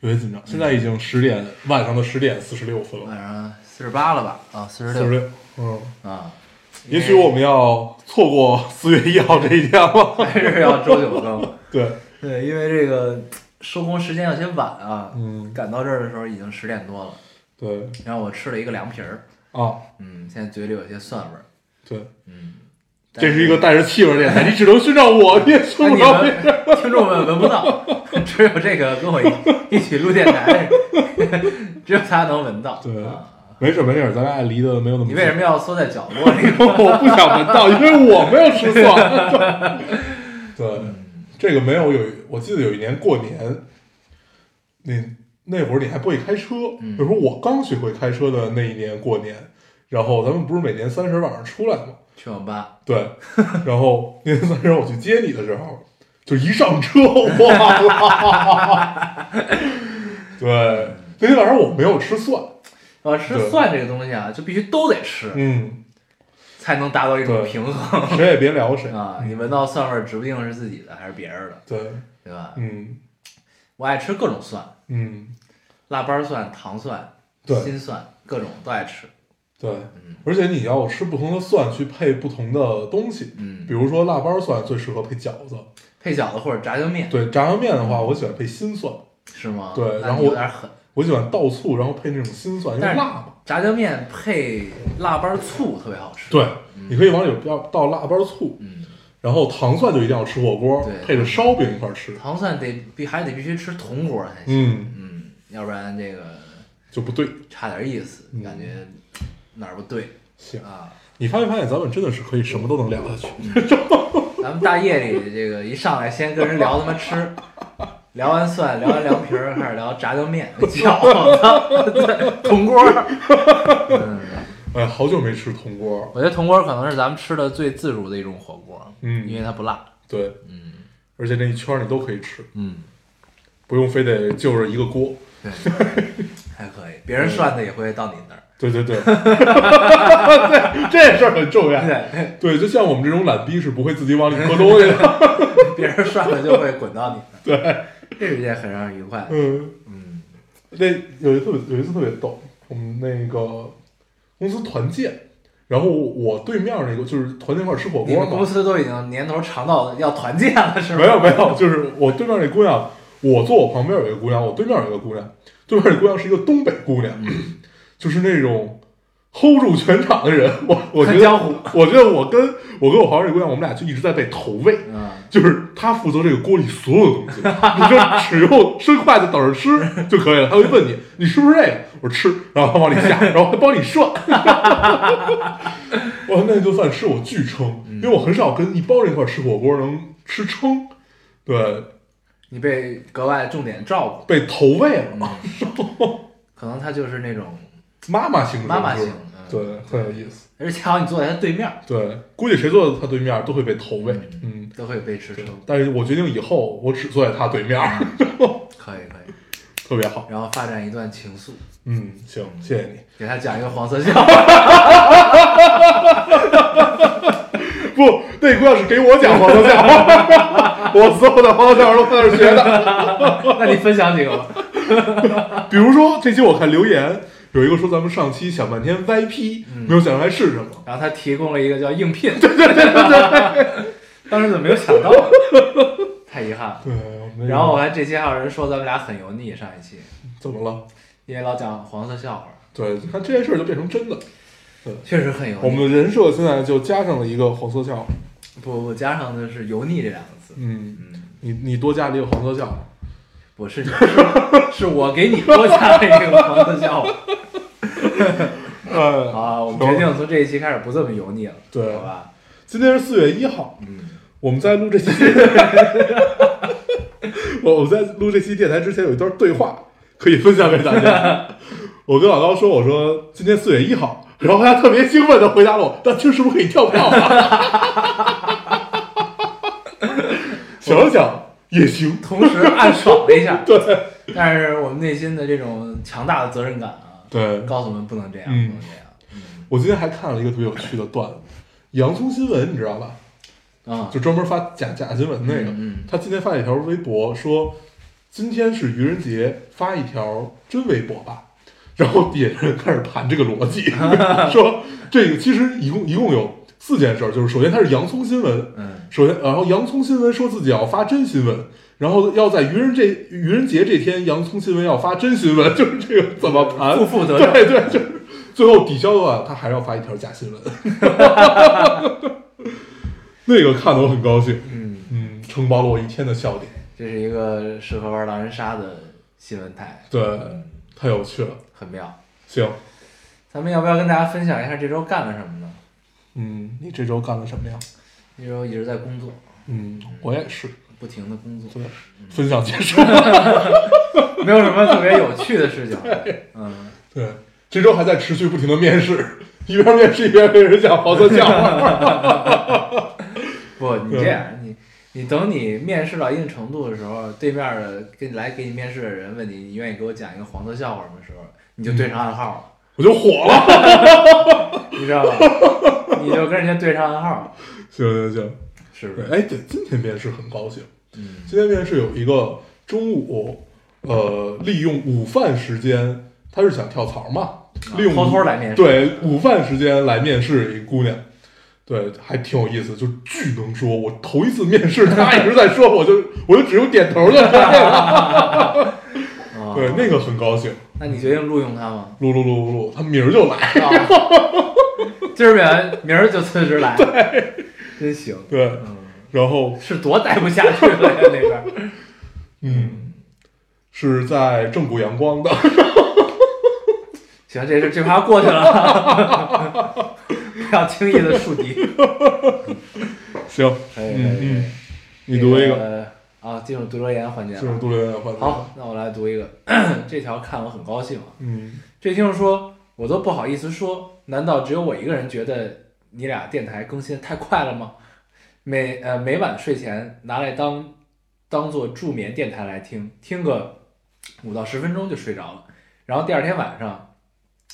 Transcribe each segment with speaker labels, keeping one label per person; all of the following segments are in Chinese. Speaker 1: 有些紧张。现在已经十点，晚上的十点四十六分了，
Speaker 2: 晚上四十八了吧？啊，四十
Speaker 1: 四十
Speaker 2: 六
Speaker 1: 六。嗯，
Speaker 2: 啊，
Speaker 1: 也许我们要错过四月一号这一天了。
Speaker 2: 还是要周九更。
Speaker 1: 对，
Speaker 2: 对，因为这个收工时间有些晚啊，
Speaker 1: 嗯
Speaker 2: 赶到这儿的时候已经十点多了。
Speaker 1: 对
Speaker 2: 然后我吃了一个凉皮儿，
Speaker 1: 啊，
Speaker 2: 嗯，现在嘴里有些蒜味儿，
Speaker 1: 对，
Speaker 2: 嗯。但
Speaker 1: 这是一个带着气味的电台，你只能寻找我，你也
Speaker 2: 那
Speaker 1: 寻不
Speaker 2: 你
Speaker 1: 着别
Speaker 2: 们
Speaker 1: 人。
Speaker 2: 听众们闻不到，只有这个跟我一一起录电台， 只有他能闻到。
Speaker 1: 对
Speaker 2: 啊
Speaker 1: 没事没事，咱俩离得没有那
Speaker 2: 你
Speaker 1: 么
Speaker 2: 为
Speaker 1: 近。
Speaker 2: 什么要缩在角落里？
Speaker 1: 我不想闻到，因为我没有吃蒜。 对，嗯这个没有有，我记得有一年过年，那那会儿你还不会开车，
Speaker 2: 嗯
Speaker 1: 那时候我刚学会开车的那一年过年，然后咱们不是每年三十晚上出来吗？
Speaker 2: 去网吧，
Speaker 1: 对，然后 那天三十我去接你的时候，就一上车，哇！ 对，那天晚上我没有吃蒜，
Speaker 2: 要吃
Speaker 1: 对
Speaker 2: 蒜这个东西啊，就必须都得吃，
Speaker 1: 嗯，
Speaker 2: 才能达到一种
Speaker 1: 对
Speaker 2: 平衡
Speaker 1: 谁也别聊谁，
Speaker 2: 啊！你闻到蒜味儿，指不定是自己的还是别人的，
Speaker 1: 对，
Speaker 2: 对吧？
Speaker 1: 嗯
Speaker 2: 我爱吃各种蒜，
Speaker 1: 嗯。
Speaker 2: 腊八蒜、糖蒜、
Speaker 1: 对
Speaker 2: 新蒜，各种都爱吃。
Speaker 1: 对，
Speaker 2: 嗯
Speaker 1: 而且你要吃不同的蒜去配不同的东西，
Speaker 2: 嗯
Speaker 1: 比，如说腊八蒜最适合配饺子，
Speaker 2: 配饺子或者炸酱面，
Speaker 1: 对，炸酱面的话，我喜欢配辛蒜，
Speaker 2: 是吗？
Speaker 1: 对
Speaker 2: 那
Speaker 1: 然后
Speaker 2: 有
Speaker 1: 我
Speaker 2: 点狠。
Speaker 1: 我喜欢倒醋，然后配那种辛蒜，因
Speaker 2: 但
Speaker 1: 为
Speaker 2: 是嗯
Speaker 1: 辣嘛。
Speaker 2: 炸酱面配腊八醋特别好吃。，
Speaker 1: 对，你可以往里边倒腊八醋，
Speaker 2: 嗯，
Speaker 1: 然后糖蒜就一定要吃火锅
Speaker 2: 对，
Speaker 1: 配着烧饼一块儿吃，
Speaker 2: 糖蒜得必还得必须吃铜锅才行，
Speaker 1: 嗯，
Speaker 2: 嗯，要不然这个
Speaker 1: 就不对。
Speaker 2: 差点意思，
Speaker 1: 嗯
Speaker 2: 感觉哪儿不对
Speaker 1: 行，
Speaker 2: 啊。
Speaker 1: 你发没发现咱们真的是可以什么都能聊下去？
Speaker 2: 嗯咱们大夜里这个一上来先跟人聊他妈吃，聊完蒜，聊完凉皮儿，开始聊炸酱面、饺子、 铜锅儿。嗯，
Speaker 1: 哎，好久没吃铜锅，
Speaker 2: 我觉得铜锅儿可能是咱们吃的最自如的一种火锅，
Speaker 1: 嗯
Speaker 2: 因为它不辣。
Speaker 1: 对，
Speaker 2: 嗯
Speaker 1: 而且那一圈儿你都可以吃，
Speaker 2: 嗯，
Speaker 1: 不用非得就着一个锅。
Speaker 2: 对，还可以，别人涮的也会到你那儿。
Speaker 1: 对对对，对， 这事儿很重要。
Speaker 2: 对，
Speaker 1: 对，就像我们这种懒逼是不会自己往里搁东西 的。
Speaker 2: 别人涮了就会滚到你那儿。对，这是一件很让人愉快的。
Speaker 1: 嗯，
Speaker 2: 嗯
Speaker 1: 那有一次特别有一次特别逗，我们那个公司团建，然后我对面那个就是团建一块儿吃火
Speaker 2: 你
Speaker 1: 锅
Speaker 2: 们公
Speaker 1: 嘛，
Speaker 2: 司都已经年头长到要团建了，是吗？
Speaker 1: 没有没有，就是我对面那姑娘，我坐我旁边有一个姑娘，我对面有一个姑娘，对面那姑娘是一个东北姑娘，
Speaker 2: 嗯
Speaker 1: 就是那种 hold 住全场的人。我我觉
Speaker 2: 看
Speaker 1: 得
Speaker 2: 江湖。
Speaker 1: 我觉得我跟我跟我旁边那姑娘，我们俩就一直在被投喂。
Speaker 2: 嗯。
Speaker 1: 就是他负责这个锅里所有的东西， 你就只用伸筷子等着吃就可以了。他会问你，你吃不吃这个？我说吃，然后他往里 下，然后还帮你涮。 我那顿饭吃我巨撑，因为我很少跟一帮人一块儿吃火锅能吃撑，对，
Speaker 2: 你被格外重点照顾，
Speaker 1: 被投喂了，
Speaker 2: 可能他就是那种，
Speaker 1: 妈妈型的
Speaker 2: 妈妈型
Speaker 1: 就是
Speaker 2: 嗯
Speaker 1: 对，很有意思。
Speaker 2: 而且好像你坐在他对面儿
Speaker 1: 对，估计谁坐在他对面都会被投喂，嗯。
Speaker 2: 都会被吃撑，
Speaker 1: 但是我决定以后我只坐在他对面，
Speaker 2: 可以可以，
Speaker 1: 特别好。
Speaker 2: 然后发展一段情愫，
Speaker 1: 嗯，行，谢谢你。
Speaker 2: 给他讲一个黄色笑话，
Speaker 1: 不，那姑娘是给我讲黄色笑话， 我所有的黄色笑话都在那儿学的。
Speaker 2: 那你分享几个吧，
Speaker 1: 比如说这期我看留言，有一个说咱们上期想半天 YP，、没有想出来是什么。
Speaker 2: 然后他提供了一个叫应聘， 对对对对，当时怎么没有想到 呢，太遗憾了。
Speaker 1: 对，我们那个
Speaker 2: 然后我还这期还有人说咱们俩很油腻，上一期
Speaker 1: 怎么了？
Speaker 2: 因为老讲黄色笑话，
Speaker 1: 对，你看这件事儿就变成真的。
Speaker 2: 确实很油
Speaker 1: 我
Speaker 2: 腻，
Speaker 1: 们的人设现在就加上了一个黄色笑话。
Speaker 2: 不不加上的是油腻这两个字，
Speaker 1: 嗯，
Speaker 2: 嗯，
Speaker 1: 你你多加了一个黄色笑话。
Speaker 2: 不是你 是是我给你多加了一个黄色笑话。
Speaker 1: 呃，
Speaker 2: 啊，我们决定从这一期开始不这么油腻了，
Speaker 1: 对
Speaker 2: 好吧？
Speaker 1: 今天是四月一号，
Speaker 2: 嗯，
Speaker 1: 我们在录这期， 我我在录这期电台之前有一段对话可以分享给大家。我跟老高说，我说今天四月一号，然后他特别兴奋的回答了我，大厅是不是可以跳票啊？ 想想也行，。
Speaker 2: 同时暗爽了一下
Speaker 1: 对
Speaker 2: 但是我们内心的这种强大的责任感啊，
Speaker 1: 对，
Speaker 2: 告诉我们不能这样，
Speaker 1: 嗯
Speaker 2: 不能这样。
Speaker 1: 我今天还看了一个特别有趣的段子，洋葱新闻你知道吧？
Speaker 2: 啊，
Speaker 1: 就专门发假假新闻那个，
Speaker 2: 嗯嗯
Speaker 1: 他今天发了一条微博说，今天是愚人节，发一条真微博吧。然后底下人开始盘这个逻 辑，说这个其实一共一共有四件事儿，就是首先它是洋葱新闻，
Speaker 2: 嗯
Speaker 1: 首先然后洋葱新闻说自己要发真新闻，然后要在愚人这愚人节这天，洋葱新闻要发真新闻，就是这个怎么盘？
Speaker 2: 负负得正
Speaker 1: 对对，就是最后抵消的话，他还要发一条假新闻， 那个看得我很高兴，
Speaker 2: 嗯，
Speaker 1: 嗯，承包了我一天的笑点，
Speaker 2: 这是一个适合玩狼人杀的新闻台，
Speaker 1: 对，太有趣了。
Speaker 2: 很妙。
Speaker 1: 行，嗯
Speaker 2: 咱们要不要跟大家分享一下这周干了什么呢？
Speaker 1: 嗯，你这周干了什么呀？
Speaker 2: 这周一直在工作，
Speaker 1: 嗯，我也是，
Speaker 2: 不停的 工作
Speaker 1: 对，，分享结束。
Speaker 2: 没有什么特别有趣的事情。嗯，
Speaker 1: 对，这周还在持续不停的面试，一边面试一边跟人讲黄色笑 话。
Speaker 2: 不，你这样，你你等你面试到一定程度的时候，对面的跟来给你面试的人问你，你愿意给我讲一个黄色笑话吗？时候，你就对上暗号了。
Speaker 1: 我就火了。
Speaker 2: 你知道吧？你就跟人家对上暗号，
Speaker 1: 行行行，
Speaker 2: 是不
Speaker 1: 对
Speaker 2: 是？
Speaker 1: 哎，对，今天面试很高兴。
Speaker 2: 嗯
Speaker 1: 今天面试有一个中午，呃，利用午饭时间，他是想跳槽嘛，利用午
Speaker 2: 偷偷来面试
Speaker 1: 对午饭时间来面试一姑娘，对，还挺有意思，就巨能说。我头一次面试，她一直在说，我就我就只用点头就可以 了。
Speaker 2: 啊，
Speaker 1: 对，那个很高兴，
Speaker 2: 那你决定录用他吗？
Speaker 1: 录录录录录，他明儿就来。
Speaker 2: 啊 今儿免，明儿就辞职来，真行，
Speaker 1: 对，
Speaker 2: 嗯，
Speaker 1: 然后
Speaker 2: 是多待不下去了呀那边儿。
Speaker 1: 嗯，是在正骨阳光的，
Speaker 2: 行，这事这趴过去了， 不要轻易的树敌。
Speaker 1: 行，
Speaker 2: 可以
Speaker 1: 嗯
Speaker 2: 可以
Speaker 1: 嗯，你读一
Speaker 2: 这
Speaker 1: 个，
Speaker 2: 个啊，进入读留言环节
Speaker 1: 就是
Speaker 2: 了。
Speaker 1: 杜蕾的环节。
Speaker 2: 好，，那我来读一个， 这条看我很高兴啊。
Speaker 1: 嗯，
Speaker 2: 这听众说，我都不好意思说，难道只有我一个人觉得你俩电台更新得太快了吗？每呃每晚睡前拿来当当做助眠电台来听，听个五到十分钟就睡着了，然后第二天晚上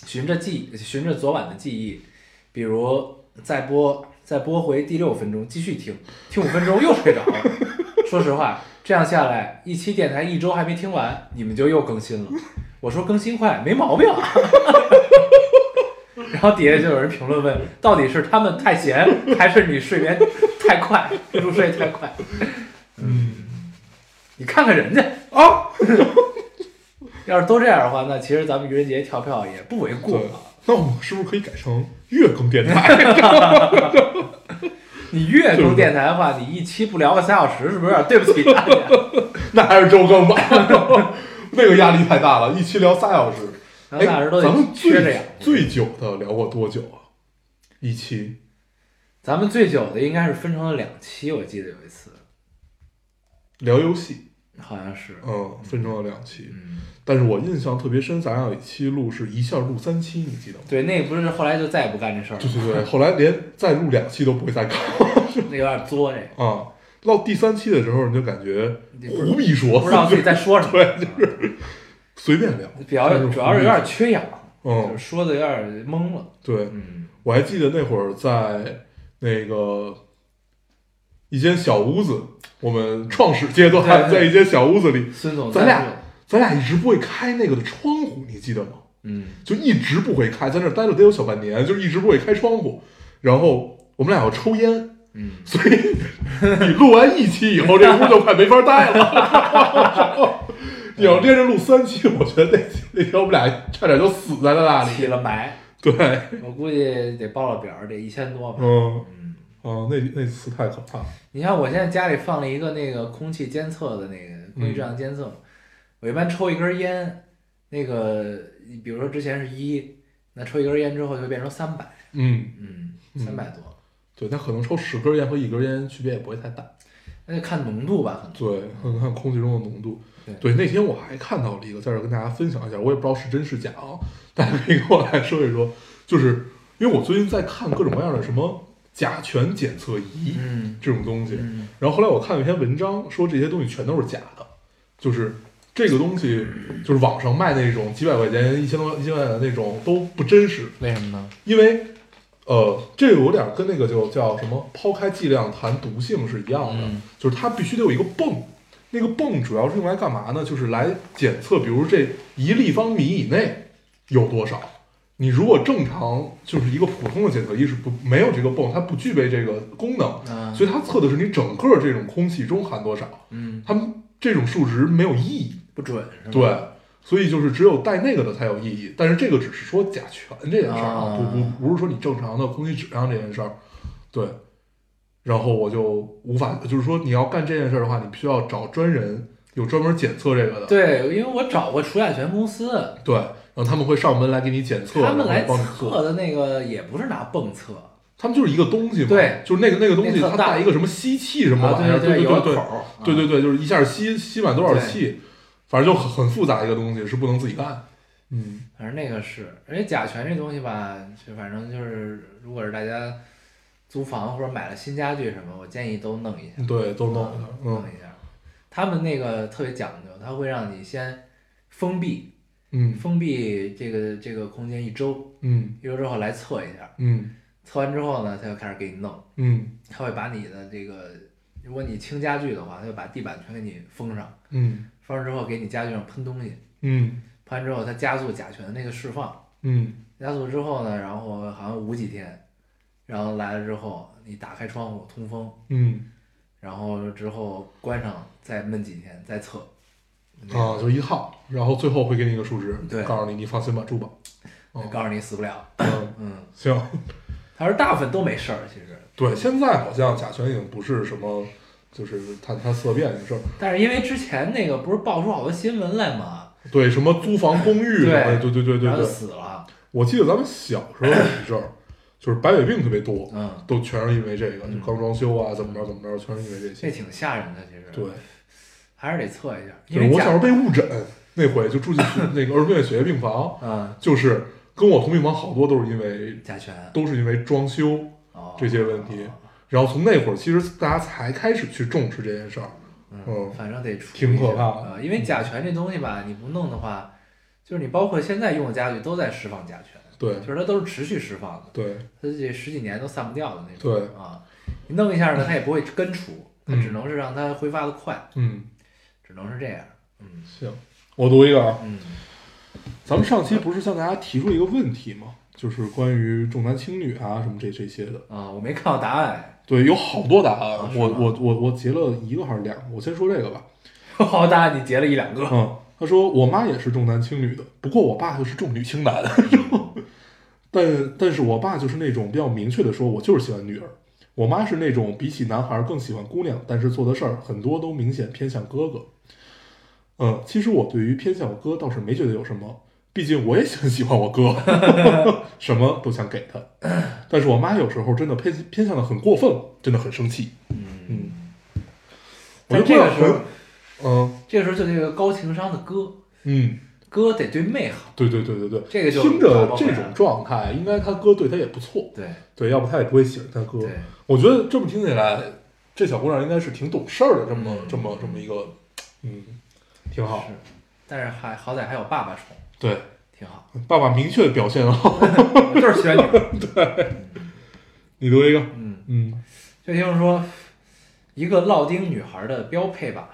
Speaker 2: 循着记循着昨晚的记忆，比如再播再播回第六分钟继续听，听五分钟又睡着了。 说实话，这样下来一期电台一周还没听完，你们就又更新了。我说更新快没毛病、啊。 然后底下就有人评论问，到底是他们太闲，还是你睡眠太快，入睡太快？
Speaker 1: 嗯
Speaker 2: 你看看人家啊，要是都这样的话，那其实咱们愚人节跳票也不为过
Speaker 1: 对
Speaker 2: 啊。
Speaker 1: 那我们是不是可以改成月更电台？
Speaker 2: 你月更电台的话，你一期不聊个三小时，是不是有点对不起大家？
Speaker 1: 那还是周更吧， 那个压力太大了，一期聊仨小时。
Speaker 2: 然后大
Speaker 1: 哎
Speaker 2: 家都
Speaker 1: 咱
Speaker 2: 得
Speaker 1: 们
Speaker 2: 缺这样
Speaker 1: 最。最久的聊过多久啊？一期
Speaker 2: 咱们最久的应该是分成了两期，我记得有一次
Speaker 1: 聊游戏，
Speaker 2: 好像是，
Speaker 1: 嗯，分成了两期。
Speaker 2: 嗯，
Speaker 1: 但是我印象特别深，咱俩有一期录是一下录三期，你记得吗？
Speaker 2: 对，那不是后来就再也不干这事儿了
Speaker 1: 对，对对，后来连再录两期都不会再搞
Speaker 2: 那有点作这个。
Speaker 1: 啊。到第三期的时候，你就感觉胡逼说，
Speaker 2: 不知道自己在说什 么。
Speaker 1: 对就是随便聊，
Speaker 2: 比较主要是有点缺氧，就
Speaker 1: 嗯
Speaker 2: 是，说的有点懵了。
Speaker 1: 对，
Speaker 2: 嗯，
Speaker 1: 我还记得那会儿在那个一间小屋子，我们创始阶段
Speaker 2: 对对
Speaker 1: 在一间小屋子里，
Speaker 2: 孙总
Speaker 1: 咱
Speaker 2: 在
Speaker 1: 俩
Speaker 2: 做
Speaker 1: 咱俩一直不会开那个的窗户，你记得吗？
Speaker 2: 嗯，
Speaker 1: 就一直不会开，在那儿待了得有小半年，就一直不会开窗户。然后我们俩要抽烟，
Speaker 2: 嗯，
Speaker 1: 所以你录完一期以后，这屋就快没法待了。你要连着录三期，我觉得那期那天我们俩差点就死在了那
Speaker 2: 起
Speaker 1: 里。
Speaker 2: 了霾，
Speaker 1: 对，
Speaker 2: 我估计得报了表，得一千多吧。
Speaker 1: 嗯，
Speaker 2: 嗯，
Speaker 1: 哦、那那次太可怕了。
Speaker 2: 你像我现在家里放了一个那个空气监测的那个空气质量监测，我一般抽一根烟，那个比如说之前是一，那抽一根烟之后就变成三百，
Speaker 1: 嗯。
Speaker 2: 嗯，
Speaker 1: 嗯
Speaker 2: 三百多。
Speaker 1: 对，他可能抽十根烟和一根烟区别也不会太大。
Speaker 2: 那就看浓度吧，可能
Speaker 1: 对，看看空气中的浓度。
Speaker 2: 对
Speaker 1: 那天我还看到了一个，在这儿跟大家分享一下，我也不知道是真是假啊，大家可以跟我来说一说。就是因为我最近在看各种各样的什么甲醛检测仪
Speaker 2: 嗯
Speaker 1: 这种东西，
Speaker 2: 嗯
Speaker 1: 然后后来我看了一篇文章，说这些东西全都是假的，就是这个东西，就是网上卖那种几百块钱、一千多、一千块钱的那种都不真实，
Speaker 2: 为什么呢？
Speaker 1: 因为呃，这个有点跟那个就叫什么抛开剂量谈毒性是一样的，
Speaker 2: 嗯
Speaker 1: 就是它必须得有一个泵，那个泵主要是用来干嘛呢？就是来检测，比如这一立方米以内有多少。你如果正常就是一个普通的检测仪是不没有这个泵，它不具备这个功能，
Speaker 2: 啊，
Speaker 1: 所以它测的是你整个这种空气中含多少，
Speaker 2: 嗯
Speaker 1: 它们这种数值没有意义。
Speaker 2: 不准是吧？
Speaker 1: 对，所以就是只有带那个的才有意义。但是这个只是说甲醛这件事儿
Speaker 2: 啊
Speaker 1: 不不不是说你正常的空气质量这件事儿。对，然后我就无法，就是说你要干这件事儿的话，你必须要找专人，有专门检测这个的。
Speaker 2: 对，因为我找过除甲醛公司，
Speaker 1: 对然后他们会上门来给你检测，
Speaker 2: 他们来
Speaker 1: 然后帮你
Speaker 2: 测。的那个也不是拿泵测，
Speaker 1: 他们就是一个东西嘛，
Speaker 2: 对，
Speaker 1: 就是那个那个东西，
Speaker 2: 那
Speaker 1: 它
Speaker 2: 特大
Speaker 1: 带一个什么吸气什么
Speaker 2: 啊
Speaker 1: 玩意儿，
Speaker 2: 对
Speaker 1: 对
Speaker 2: 有
Speaker 1: 对
Speaker 2: 个
Speaker 1: 对
Speaker 2: 口，儿，
Speaker 1: 对对
Speaker 2: 啊
Speaker 1: 对，就是一下吸吸满多少
Speaker 2: 对
Speaker 1: 气，反正就很很复杂一个东西，是不能自己干。嗯，
Speaker 2: 反正那个是，而且甲醛这东西吧，就反正就是，如果是大家租房或者买了新家具什么，我建议都弄一下，
Speaker 1: 对，都弄
Speaker 2: 啊
Speaker 1: 一下，嗯
Speaker 2: 弄一下。他们那个特别讲究，他会让你先封闭，
Speaker 1: 嗯
Speaker 2: 封闭这个这个空间一周，
Speaker 1: 嗯
Speaker 2: 一周之后来测一下，
Speaker 1: 嗯
Speaker 2: 测完之后呢，他就开始给你弄，
Speaker 1: 嗯
Speaker 2: 他会把你的这个，如果你清家具的话，他就把地板全给你封上，
Speaker 1: 嗯
Speaker 2: 封上之后给你家具上喷东西，
Speaker 1: 嗯
Speaker 2: 喷完之后它加速甲醛的那个释放。
Speaker 1: 嗯
Speaker 2: 加速之后呢，然后好像捂几天，然后来了之后，你打开窗户通风，
Speaker 1: 嗯
Speaker 2: 然后之后关上再闷几天再测。
Speaker 1: 啊，就一套，然后最后会给你一个数值，
Speaker 2: 对
Speaker 1: 告诉你你放心吧，住吧。
Speaker 2: 那
Speaker 1: 哦
Speaker 2: 告诉你死不了。
Speaker 1: 嗯，
Speaker 2: 嗯，
Speaker 1: 行，
Speaker 2: 他说大部分都没事儿，其实，
Speaker 1: 对，现在好像甲醛已经不是什么，就是它它色变的事儿，
Speaker 2: 但是因为之前那个不是爆出好多新闻来嘛，
Speaker 1: 对，什么租房公寓什么的，对对对对
Speaker 2: 然后就
Speaker 1: 对，
Speaker 2: 死了。
Speaker 1: 我记得咱们小时候有一阵儿，就是白血病特别多，
Speaker 2: 嗯，
Speaker 1: 都全是因为这个，就
Speaker 2: 嗯
Speaker 1: 刚装修啊，怎么着怎么着，全是因为这
Speaker 2: 这
Speaker 1: 些。
Speaker 2: 挺吓人的，其实。
Speaker 1: 对，，
Speaker 2: 还是得测一下，因
Speaker 1: 就是
Speaker 2: 为
Speaker 1: 我小时
Speaker 2: 甲
Speaker 1: 候被误诊那回，就住进去那个儿童院血液病房，
Speaker 2: 嗯
Speaker 1: 就是跟我同病房好多都是因为
Speaker 2: 甲醛
Speaker 1: 都是因为装修，
Speaker 2: 哦
Speaker 1: 这些问题然后从那会儿其实大家才开始去重视这件事儿。
Speaker 2: 嗯，
Speaker 1: 嗯
Speaker 2: 反正得处
Speaker 1: 挺
Speaker 2: 理
Speaker 1: 可
Speaker 2: 一下
Speaker 1: 怕的
Speaker 2: 呃因为甲醛这东西吧，你不弄的话，就是你包括现在用的家具都在释放甲醛，
Speaker 1: 对
Speaker 2: 就是它都是持续释放的，
Speaker 1: 对
Speaker 2: 它这十几年都散不掉的那种。
Speaker 1: 对，
Speaker 2: 啊，你弄一下呢，它也不会根除，它
Speaker 1: 嗯
Speaker 2: 只能是让它挥发的快，
Speaker 1: 嗯，
Speaker 2: 只能是这样。嗯
Speaker 1: 行，我读一个啊。
Speaker 2: 嗯
Speaker 1: 咱们上期不是向大家提出一个问题吗？就是关于重男轻女啊什么这这些的。
Speaker 2: 啊，我没看到答案，
Speaker 1: 对，有好多答
Speaker 2: 啊
Speaker 1: 案，
Speaker 2: 是
Speaker 1: 我
Speaker 2: 吗
Speaker 1: 我我我截了一个还是两个？我先说这个吧。
Speaker 2: 好答案你截了一两个。
Speaker 1: 嗯，他说我妈也是重男轻女的，不过我爸就是重女轻男。嗯但但是我爸就是那种比较明确的说，我就是喜欢女儿。我妈是那种比起男孩更喜欢姑娘，但是做的事儿很多都明显偏向哥哥。嗯，其实我对于偏向我哥倒是没觉得有什么，毕竟我也很喜欢 我哥， 什么都想给他。但是我妈有时候真的偏偏向的很过分了，真的很生气。
Speaker 2: 嗯
Speaker 1: 嗯，我
Speaker 2: 但
Speaker 1: 就
Speaker 2: 这个时
Speaker 1: 不知道
Speaker 2: 候，
Speaker 1: 嗯
Speaker 2: 这个时候就这个高情商的哥，
Speaker 1: 嗯，
Speaker 2: 哥得对妹好。
Speaker 1: 对对对对对，
Speaker 2: 这个就
Speaker 1: 听
Speaker 2: 打
Speaker 1: 着
Speaker 2: 包回
Speaker 1: 这
Speaker 2: 来
Speaker 1: 种
Speaker 2: 了啊
Speaker 1: 状态，应该他哥对他也不错，
Speaker 2: 对
Speaker 1: 对，要不他也不会喜欢他哥。
Speaker 2: 对，
Speaker 1: 我觉得这么听起来，这小姑娘应该是挺懂事儿的，这么
Speaker 2: 嗯
Speaker 1: 这么这么一个，嗯，挺好
Speaker 2: 是。，但是还好歹还有爸爸宠，
Speaker 1: 对，
Speaker 2: 挺好。
Speaker 1: 爸爸明确表现了。
Speaker 2: 我就是喜欢你。
Speaker 1: 你读一个，
Speaker 2: 嗯，
Speaker 1: 嗯
Speaker 2: 就听说一个烙丁女孩的标配吧，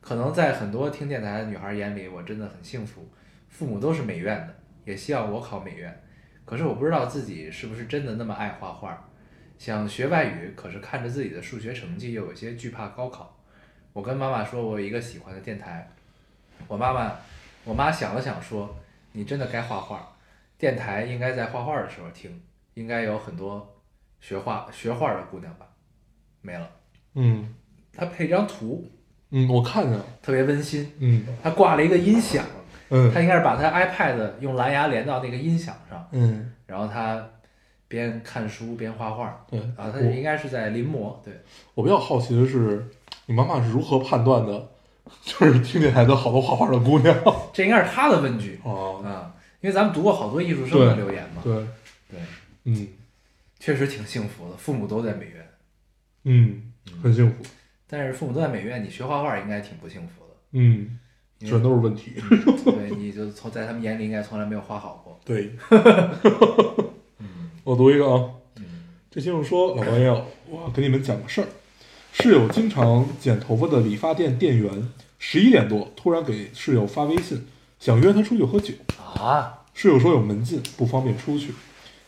Speaker 2: 可能在很多听电台的女孩眼里，我真的很幸福，父母都是美院的，也希望我考美院。可是我不知道自己是不是真的那么爱画画，想学外语，可是看着自己的数学成绩，又有些惧怕高考。我跟妈妈说，我有一个喜欢的电台，我妈妈，我妈想了想说，你真的该画画，电台应该在画画的时候听，应该有很多学画学画的姑娘吧，没了。
Speaker 1: 嗯
Speaker 2: 她配一张图，
Speaker 1: 嗯，我看见了，
Speaker 2: 特别温馨。
Speaker 1: 嗯
Speaker 2: 她挂了一个音响，
Speaker 1: 嗯
Speaker 2: 她应该是把她 iPad 用蓝牙连到那个音响上，
Speaker 1: 嗯，
Speaker 2: 然后她边看书边画画。
Speaker 1: 对。
Speaker 2: 啊，她
Speaker 1: 我
Speaker 2: 应该是在临摹，对，
Speaker 1: 我比较好奇的是，你妈妈是如何判断的？就是听电台的好多画画的姑娘
Speaker 2: 这应该是他的问句
Speaker 1: 啊，
Speaker 2: 啊，因为咱们读过好多艺术生的
Speaker 1: 对
Speaker 2: 留言嘛，
Speaker 1: 对，
Speaker 2: 对，
Speaker 1: 嗯
Speaker 2: 确实挺幸福的，父母都在美院，
Speaker 1: 嗯，很幸福，
Speaker 2: 但是父母都在美院，你学画画应该挺不幸福的，
Speaker 1: 嗯，
Speaker 2: 因为嗯
Speaker 1: 全都是问题，
Speaker 2: 对，你就从在他们眼里应该从来没有画好过。
Speaker 1: 对，
Speaker 2: 嗯
Speaker 1: 我读一个啊，
Speaker 2: 嗯
Speaker 1: 这先生说：“老朋友，我跟你们讲个事儿，室友经常剪头发的理发店店员，十一点多突然给室友发微信，想约他出去喝酒。
Speaker 2: 啊，
Speaker 1: 室友说有门禁，不方便出去。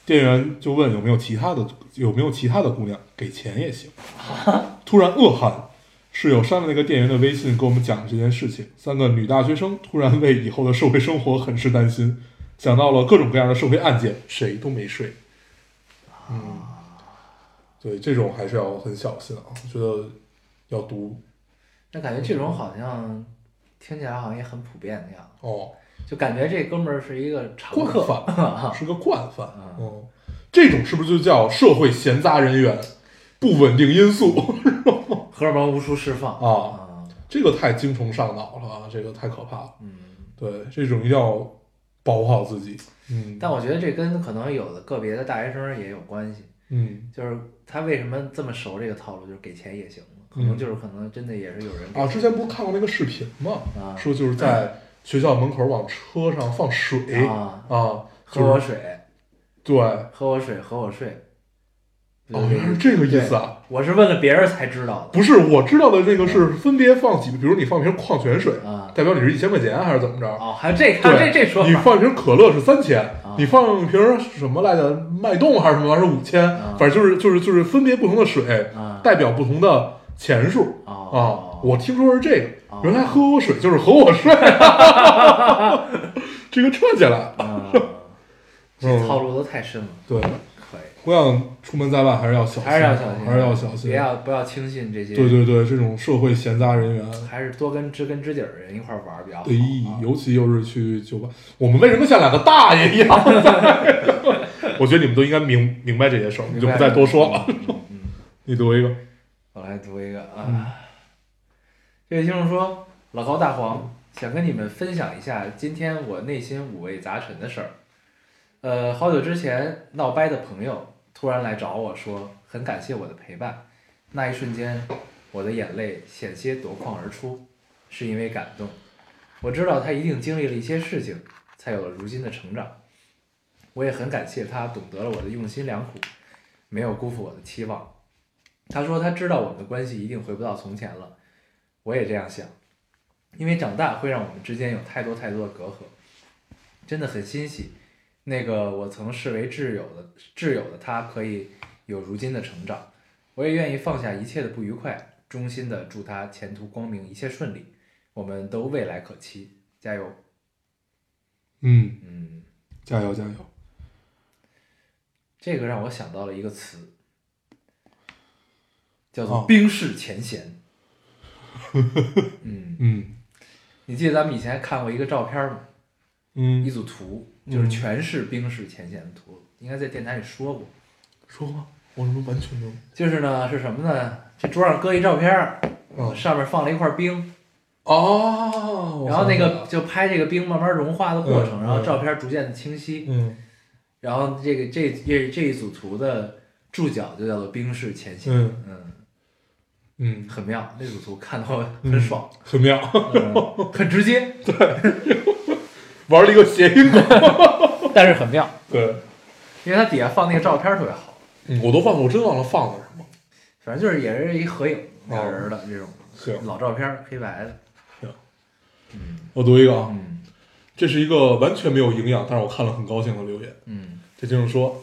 Speaker 1: 店员就问有没有其他的，有没有其他的姑娘，给钱也行。突然恶寒，室友删了那个店员的微信，跟我们讲了这件事情。三个女大学生突然为以后的社会生活很是担心，想到了各种各样的社会案件，谁都没睡。嗯，对，这种还是要很小心啊。我觉得要读
Speaker 2: 那感觉这种好像听起来好像也很普遍的样子，
Speaker 1: 哦，
Speaker 2: 就感觉这哥们儿是一个常
Speaker 1: 惯
Speaker 2: 客，
Speaker 1: 犯，是个惯犯
Speaker 2: 啊。
Speaker 1: 嗯，这种是不是就叫社会闲杂人员、不稳定因素？ 哦
Speaker 2: 荷尔蒙无处释放
Speaker 1: 啊
Speaker 2: 啊，
Speaker 1: 这个太精虫上脑了啊，这个太可怕了。
Speaker 2: 嗯。
Speaker 1: 对，这种一定要保护好自己。嗯，
Speaker 2: 但我觉得这跟可能有的个别的大学生也有关系，
Speaker 1: 嗯
Speaker 2: 就是他为什么这么熟这个套路，就是给钱也行了，可能就是可能真的也是有人给
Speaker 1: 嗯啊，之前不是看过那个视频吗？
Speaker 2: 啊
Speaker 1: 说就是在学校门口往车上放水
Speaker 2: 啊，
Speaker 1: 啊，
Speaker 2: 喝
Speaker 1: 就
Speaker 2: 我
Speaker 1: 是
Speaker 2: 水，
Speaker 1: 对，
Speaker 2: 喝我水，喝我睡，不
Speaker 1: 哦，
Speaker 2: 就
Speaker 1: 原来是这个意思啊。
Speaker 2: 我是问了别人才知道的
Speaker 1: 不是，我知道的这个
Speaker 2: 嗯
Speaker 1: 是分别放几个，比如你放瓶矿泉水，
Speaker 2: 啊。
Speaker 1: 代表你是一千块钱还是怎么着？
Speaker 2: 哦，还有这还有
Speaker 1: 对，
Speaker 2: 这这说
Speaker 1: 你
Speaker 2: 法
Speaker 1: 放一瓶可乐是三千、
Speaker 2: 啊
Speaker 1: 你放一瓶什么来着？脉动还是什么玩意儿是五千、
Speaker 2: 啊
Speaker 1: 反正就是就是就是分别不同的水，
Speaker 2: 啊
Speaker 1: 代表不同的钱数啊、
Speaker 2: 哦，
Speaker 1: 我听说是这个，
Speaker 2: 哦
Speaker 1: 原来喝我水就是和我睡， 这个串起来了。
Speaker 2: 啊， 这
Speaker 1: 嗯，
Speaker 2: 套路都太深了，
Speaker 1: 对，
Speaker 2: 可以，
Speaker 1: 姑娘出门在外还是要小心，
Speaker 2: 还是要小心，
Speaker 1: 还是要小心
Speaker 2: 别。要不要轻信这些，
Speaker 1: 对，对对，这种社会闲杂人员，
Speaker 2: 还是多跟知根知底儿的人一块儿玩儿比较好
Speaker 1: 对
Speaker 2: 啊。，
Speaker 1: 尤其又是去酒吧，我们为什么像两个大爷一 样？我觉得你们都应该明明白这些事儿，我们就不再多说了。
Speaker 2: 明白。嗯嗯嗯
Speaker 1: 你读一个，
Speaker 2: 我来读一个啊，这位听众说，老高大黄想跟你们分享一下今天我内心五味杂陈的事儿。呃，好久之前闹掰的朋友突然来找我说，很感谢我的陪伴。那一瞬间，我的眼泪险些夺眶而出，是因为感动。我知道他一定经历了一些事情，才有了如今的成长。我也很感谢他懂得了我的用心良苦，没有辜负我的期望。他说他知道我们的关系一定回不到从前了，我也这样想，因为长大会让我们之间有太多太多的隔阂，真的很欣喜，那个我曾视为挚友的挚友的他可以有如今的成长，我也愿意放下一切的不愉快，衷心的祝他前途光明，一切顺利，我们都未来可期，加油！
Speaker 1: 嗯，
Speaker 2: 嗯，
Speaker 1: 加油加油，
Speaker 2: 这个让我想到了一个词，叫
Speaker 1: 哦
Speaker 2: 做冰释前嫌。 嗯。
Speaker 1: 嗯
Speaker 2: 你记得咱们以前看过一个照片吗？一
Speaker 1: 嗯，
Speaker 2: 组图，就是全是冰释前嫌的图，应该在电台里说过。
Speaker 1: 说吧，我什么完全没有，
Speaker 2: 就是呢，是什么呢？这桌上搁一照片儿，
Speaker 1: 嗯
Speaker 2: 上面放了一块冰，
Speaker 1: 哦，
Speaker 2: 然后那个就拍这个冰慢慢融化的过程，
Speaker 1: 嗯
Speaker 2: 然后照片逐渐的清晰。
Speaker 1: 嗯
Speaker 2: 然后这个这这这一组图的注脚就叫做冰释前嫌，
Speaker 1: 嗯
Speaker 2: 嗯，
Speaker 1: 嗯，
Speaker 2: 很妙，那组图看到很爽，
Speaker 1: 很妙，
Speaker 2: 嗯很直接，
Speaker 1: 玩了一个谐音 梗，
Speaker 2: 但是很妙，
Speaker 1: 对，
Speaker 2: 因为它底下放那个照片儿特别好。
Speaker 1: 嗯我都忘了，我真忘了放了什么，
Speaker 2: 反正就是也是一合影俩人儿
Speaker 1: 哦
Speaker 2: 的这种
Speaker 1: 行，
Speaker 2: 老照片儿，黑白的。
Speaker 1: 我读一个啊，
Speaker 2: 嗯
Speaker 1: 这是一个完全没有营养，但是我看了很高兴的留言。
Speaker 2: 嗯
Speaker 1: 这听众说：“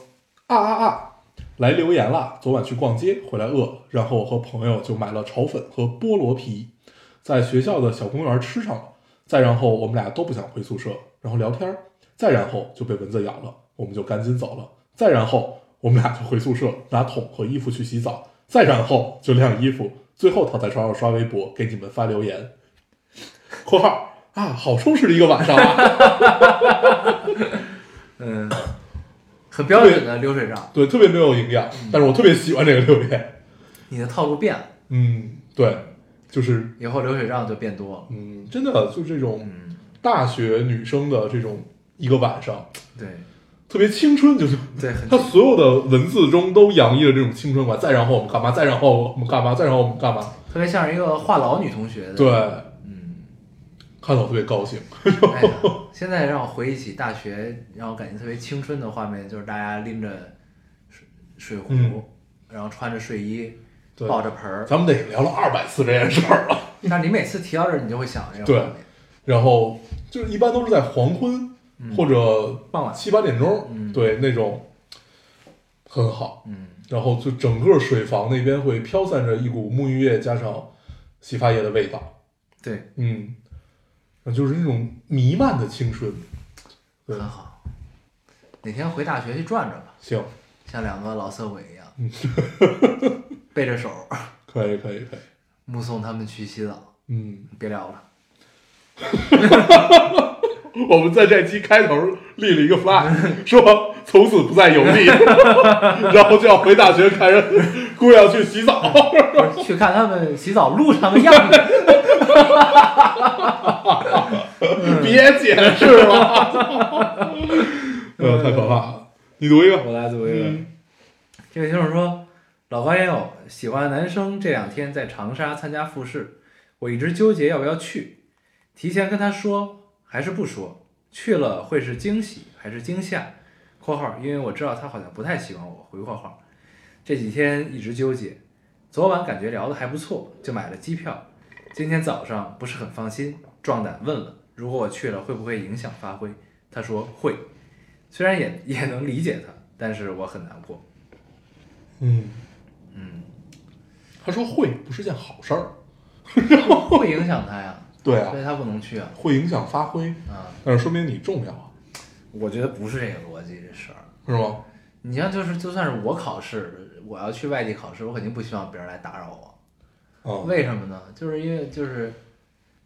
Speaker 1: 啊啊啊，来留言啦！昨晚去逛街，回来饿了，然后我和朋友就买了炒粉和菠萝皮，在学校的小公园吃上了。再然后我们俩都不想回宿舍，然后聊天儿。再然后就被蚊子咬了，我们就赶紧走了。再然后我们俩就回宿舍拿桶和衣服去洗澡。再然后就晾衣服，最后躺在床上刷微博，给你们发留言。（括号啊，好充实的一个晚上啊！）
Speaker 2: 嗯，很标准的流水账，
Speaker 1: 对，特别没有营养，但是我特别喜欢这个留言。
Speaker 2: 你的套路变了。
Speaker 1: 嗯，对，就是
Speaker 2: 以后流水账就变多了。
Speaker 1: 嗯，真的就这种
Speaker 2: 嗯，
Speaker 1: 大学女生的这种一个晚上，
Speaker 2: 对
Speaker 1: 特别青春，就是
Speaker 2: 对，很
Speaker 1: 它所有的文字中都洋溢着这种青春感。再然后我们干嘛？再然后我们干嘛？再然后我们干嘛？
Speaker 2: 特别像是一个话痨女同学的。
Speaker 1: 对，
Speaker 2: 嗯，
Speaker 1: 看到我特别高兴。
Speaker 2: 哎呀，现在让我回忆起大学，让我感觉特别青春的画面，就是大家拎着水水壶，
Speaker 1: 嗯
Speaker 2: 然后穿着睡衣，
Speaker 1: 对，
Speaker 2: 抱着盆儿。
Speaker 1: 咱们得聊了二百次这件事儿了。
Speaker 2: 但是你每次提到这儿，你就会想这个
Speaker 1: 对
Speaker 2: 画面。
Speaker 1: 然后就是一般都是在黄昏
Speaker 2: 嗯
Speaker 1: 或者
Speaker 2: 傍晚，
Speaker 1: 七八点钟，
Speaker 2: 嗯
Speaker 1: 对那种很好。
Speaker 2: 嗯，
Speaker 1: 然后就整个水房那边会飘散着一股沐浴液加上洗发液的味道。
Speaker 2: 对，
Speaker 1: 嗯，那就是那种弥漫的青春。对
Speaker 2: 很，好。哪天回大学去转转吧，
Speaker 1: 行，
Speaker 2: 像两个老色鬼一样，背着手
Speaker 1: 可以，可以，可以。
Speaker 2: 目送他们去洗澡。
Speaker 1: 嗯，
Speaker 2: 别聊了，
Speaker 1: 我们在这期开头立了一个 flag，说从此不再油腻， 然后就要回大学开始，姑娘去洗澡。
Speaker 2: 不是去看他们洗澡路上的样子。
Speaker 1: 别解释 了，呃，太可怕了。你读一个，
Speaker 2: 我来读一个。这位听众说，老高也有喜欢的男生，这两天在长沙参加复试，我一直纠结要不要去，提前跟他说还是不说，去了会是惊喜还是惊吓？（括号因为我知道他好像不太喜欢我。）回括号，这几天一直纠结，昨晚感觉聊得还不错，就买了机票。今天早上不是很放心，壮胆问了，如果我去了会不会影响发挥？他说会。虽然也也能理解他，但是我很难过。
Speaker 1: 嗯，
Speaker 2: 嗯，
Speaker 1: 他说会不是件好事儿，
Speaker 2: 会影响他呀，
Speaker 1: 对啊
Speaker 2: 所，以他不能去啊。
Speaker 1: 会影响发挥，
Speaker 2: 啊，
Speaker 1: 但是说明你重要啊，
Speaker 2: 我觉得不是这个逻辑，这事儿。
Speaker 1: 是吗？
Speaker 2: 你像就是，就算是我考试，我要去外地考试，我肯定不希望别人来打扰我。
Speaker 1: 啊，
Speaker 2: 为什么呢？就是因为就是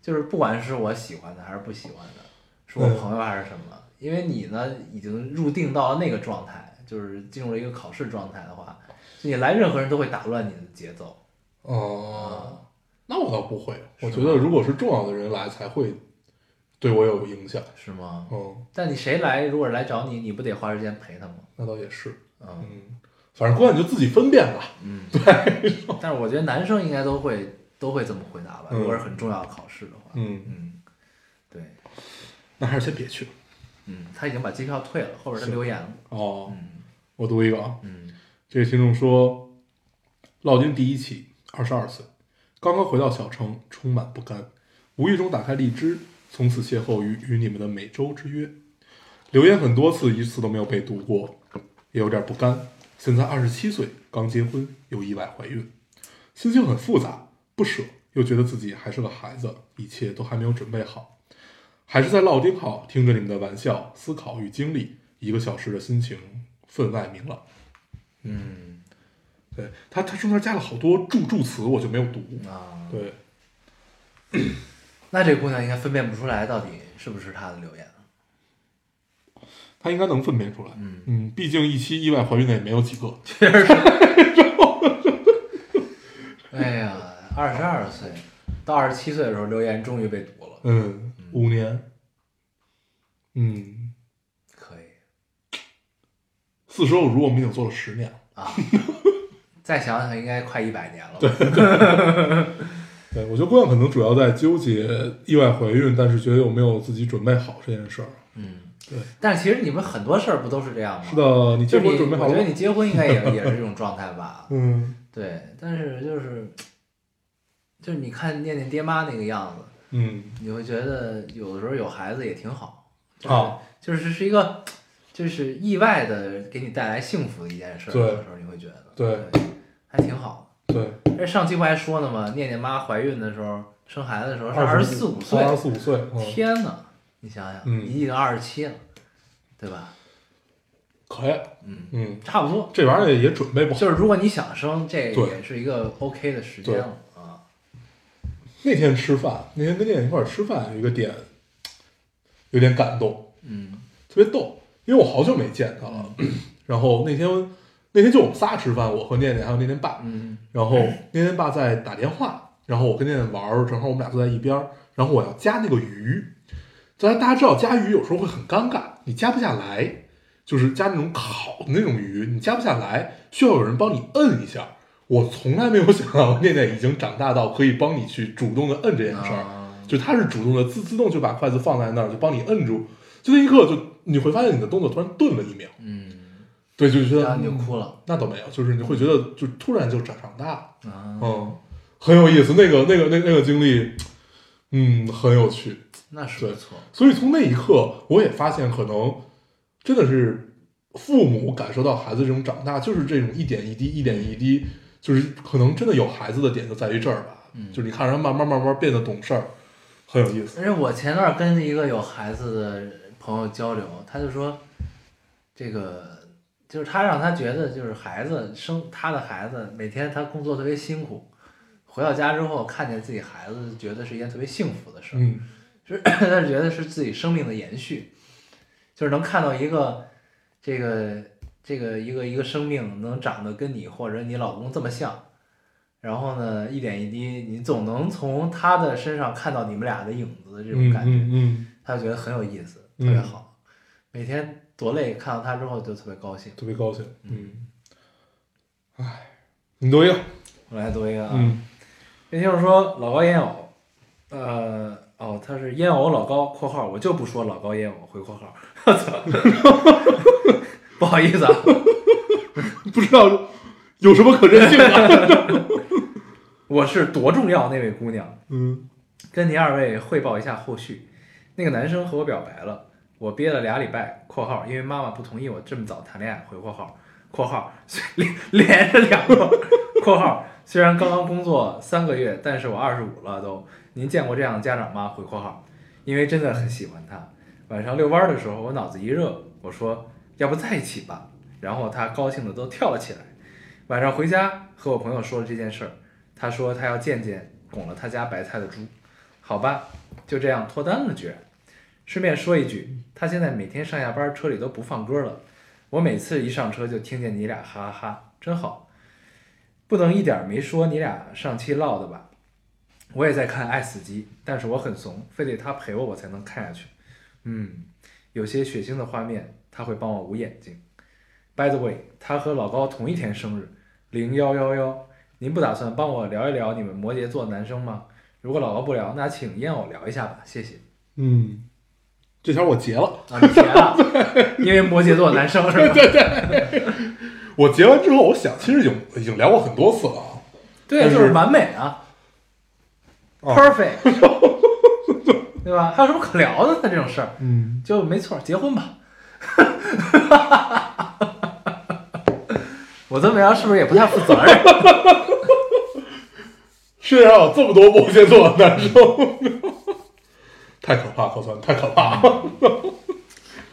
Speaker 2: 就是，不管是我喜欢的还是不喜欢的，是我
Speaker 1: 嗯
Speaker 2: 朋友还是什么，因为你呢已经入定到了那个状态，就是进入了一个考试状态的话，就你来任何人都会打乱你的节奏。嗯
Speaker 1: 哦，那我倒不会，我
Speaker 2: 是
Speaker 1: 觉
Speaker 2: 吗
Speaker 1: 得如果是重要的人来才会对我有影响。
Speaker 2: 是吗？
Speaker 1: 嗯，
Speaker 2: 但你谁来，如果来找你，你不得花时间陪他吗？
Speaker 1: 那倒也是，
Speaker 2: 嗯
Speaker 1: 嗯，反正姑娘你就自己分辨吧。
Speaker 2: 嗯， 但是我觉得男生应该都会都会这么回答吧，
Speaker 1: 嗯
Speaker 2: 如果是很重要的考试的话。
Speaker 1: 嗯，
Speaker 2: 嗯，对，
Speaker 1: 那还是先别去了。
Speaker 2: 嗯，他已经把机票退了，后边他留言了。
Speaker 1: 哦，
Speaker 2: 嗯
Speaker 1: 我读一个啊，
Speaker 2: 嗯
Speaker 1: 这位听众说，烙金第一期，二十二岁，刚刚回到小城，充满不甘，无意中打开荔枝，从此邂逅于与你们的每周之约。留言很多次，一次都没有被读过，也有点不甘。现在二十七岁，刚结婚，又意外怀孕，心情很复杂，不舍，又觉得自己还是个孩子，一切都还没有准备好。还是在烙丁好，听着你们的玩笑、思考与经历，一个小时的心情分外明朗。
Speaker 2: 嗯
Speaker 1: 对他，他中间加了好多助助词，我就没有读。
Speaker 2: 啊，
Speaker 1: 对，
Speaker 2: 那这姑娘应该分辨不出来到底是不是他的留言。
Speaker 1: 他应该能分辨出来。
Speaker 2: 嗯
Speaker 1: 毕竟一期意外怀孕的也没有几个。
Speaker 2: 哎呀，二十二岁到二十七岁的时候，留言终于被读了，
Speaker 1: 嗯，五年，嗯，
Speaker 2: 可以
Speaker 1: 四舍五入我们已经做了十年了。
Speaker 2: 啊。再想想，应该快一百年了吧。
Speaker 1: 对，我觉得姑娘可能主要在纠结意外怀孕，但是觉得有没有自己准备好这件事儿。
Speaker 2: 嗯，
Speaker 1: 对。
Speaker 2: 但其实你们很多事儿不都是这样吗？
Speaker 1: 是。的，你
Speaker 2: 就
Speaker 1: 结
Speaker 2: 是你
Speaker 1: 婚准备好
Speaker 2: 我
Speaker 1: 了
Speaker 2: 觉得
Speaker 1: 吗？
Speaker 2: 你结婚应 该也也是这种状态吧？
Speaker 1: 嗯
Speaker 2: 对，但是就是就是你看念念爹妈那个样子，
Speaker 1: 嗯
Speaker 2: 你会觉得有的时候有孩子也挺好，就是、
Speaker 1: 啊，
Speaker 2: 就是是一个就是意外的给你带来幸福的一件事儿，
Speaker 1: 对
Speaker 2: 有的时候你会觉得
Speaker 1: 对
Speaker 2: 还挺好
Speaker 1: 对，
Speaker 2: 的。而上期不还说呢吗？念念妈怀孕的时候，生孩子的时候是二十四五岁，
Speaker 1: 二十四五岁，嗯，
Speaker 2: 天哪！你想想，
Speaker 1: 嗯
Speaker 2: 你已经二十七了，对吧？
Speaker 1: 可以，
Speaker 2: 嗯，
Speaker 1: 嗯，
Speaker 2: 差不多。
Speaker 1: 这玩意儿也准备不好。
Speaker 2: 就是如果你想生，这
Speaker 1: 对
Speaker 2: 也是一个 OK 的时间了啊。
Speaker 1: 那天吃饭，那天跟店长一块儿吃饭，有一个点有点感动，
Speaker 2: 嗯
Speaker 1: 特别逗，因为我好久没见他了。 然后那天那天就我们仨吃饭，我和念念还有念念爸。
Speaker 2: 嗯
Speaker 1: 然后念念爸在打电话，然后我跟念念玩儿，正好我们俩坐在一边儿，然后我要夹那个鱼，大家大家知道夹鱼有时候会很尴尬，你夹不下来，就是夹那种烤的那种鱼，你夹不下来，需要有人帮你摁一下。我从来没有想到念念已经长大到可以帮你去主动的摁这件事儿，
Speaker 2: 啊
Speaker 1: 就他是主动的自自动就把筷子放在那儿，就帮你摁住，就那一刻就你会发现你的动作突然顿了一秒，
Speaker 2: 嗯，
Speaker 1: 对，就觉得
Speaker 2: 然后你就
Speaker 1: 嗯
Speaker 2: 哭了
Speaker 1: 那倒没有，就是你会觉得就突然就长长大了。
Speaker 2: 啊，
Speaker 1: 嗯，很有意思，那个那个那个那个经历，嗯，很有趣。
Speaker 2: 那是不错，
Speaker 1: 所以从那一刻，我也发现，可能真的是父母感受到孩子这种长大，就是这种一点一滴、一点一滴，就是可能真的有孩子的点就在于这儿吧。
Speaker 2: 嗯
Speaker 1: 就是你看着他慢慢慢慢变得懂事儿，很有意思。
Speaker 2: 而且我前段跟一个有孩子的朋友交流，他就说，这个就是他让他觉得就是孩子生他的孩子每天他工作特别辛苦，回到家之后看见自己孩子，觉得是一件特别幸福的事儿。
Speaker 1: 嗯
Speaker 2: 就是 他觉得是自己生命的延续，就是能看到一个这个这个一个一个生命能长得跟你或者你老公这么像，然后呢一点一滴，你总能从他的身上看到你们俩的影子这种
Speaker 1: 嗯
Speaker 2: 感觉，
Speaker 1: 嗯嗯，
Speaker 2: 他就觉得很有意思，
Speaker 1: 嗯
Speaker 2: 特别好。每天多累，看到他之后就特别高兴。
Speaker 1: 特别高兴。嗯，哎，你读一
Speaker 2: 啊
Speaker 1: 个。
Speaker 2: 我来读一个啊，
Speaker 1: 嗯
Speaker 2: 也就是说老高烟偶，呃，哦，他是烟偶老高（括号我就不说老高烟偶回括号），我操， 不好意思啊，
Speaker 1: 不知道有什么可任性 的。
Speaker 2: 我是多重要那位姑娘，
Speaker 1: 嗯
Speaker 2: 跟您二位汇报一下后续。那个男生和我表白了，我憋了俩礼拜（括号因为妈妈不同意我这么早谈恋爱）回括号括号虽连 连着两个括号，虽然刚刚工作三个月，但是我二十五了都。您见过这样的家长吗？回括号，因为真的很喜欢他。晚上遛弯儿的时候，我脑子一热，我说要不在一起吧，然后他高兴的都跳了起来。晚上回家和我朋友说了这件事儿，他说他要见见拱了他家白菜的猪，好吧，就这样脱单了居然。顺便说一句，他现在每天上下班车里都不放歌了，我每次一上车就听见你俩哈哈哈，真好。不能一点儿没说你俩上期唠的吧？我也在看《爱死机》，但是我很怂，非得他陪我我才能看下去。嗯，有些血腥的画面他会帮我捂眼睛。By the way，他和老高同一天生日，零幺幺幺。您不打算帮我聊一聊你们摩羯座男生吗？如果老高不聊，那请烟偶聊一下吧，谢谢。
Speaker 1: 嗯，这条我截了。
Speaker 2: 啊，你填了，因为摩羯座男生 是吧？
Speaker 1: 我结完之后，我想其实已经已经聊过很多次了啊。
Speaker 2: 对
Speaker 1: 但是
Speaker 2: 就是完美啊、
Speaker 1: 哦
Speaker 2: p e r f e c t 对吧？还有什么可聊的呢？这种事儿
Speaker 1: 嗯，
Speaker 2: 就没错，结婚吧。 我这么聊是不是也不太负责任？
Speaker 1: 世界上有这么多摩羯座男生，太可怕，可算太可怕了。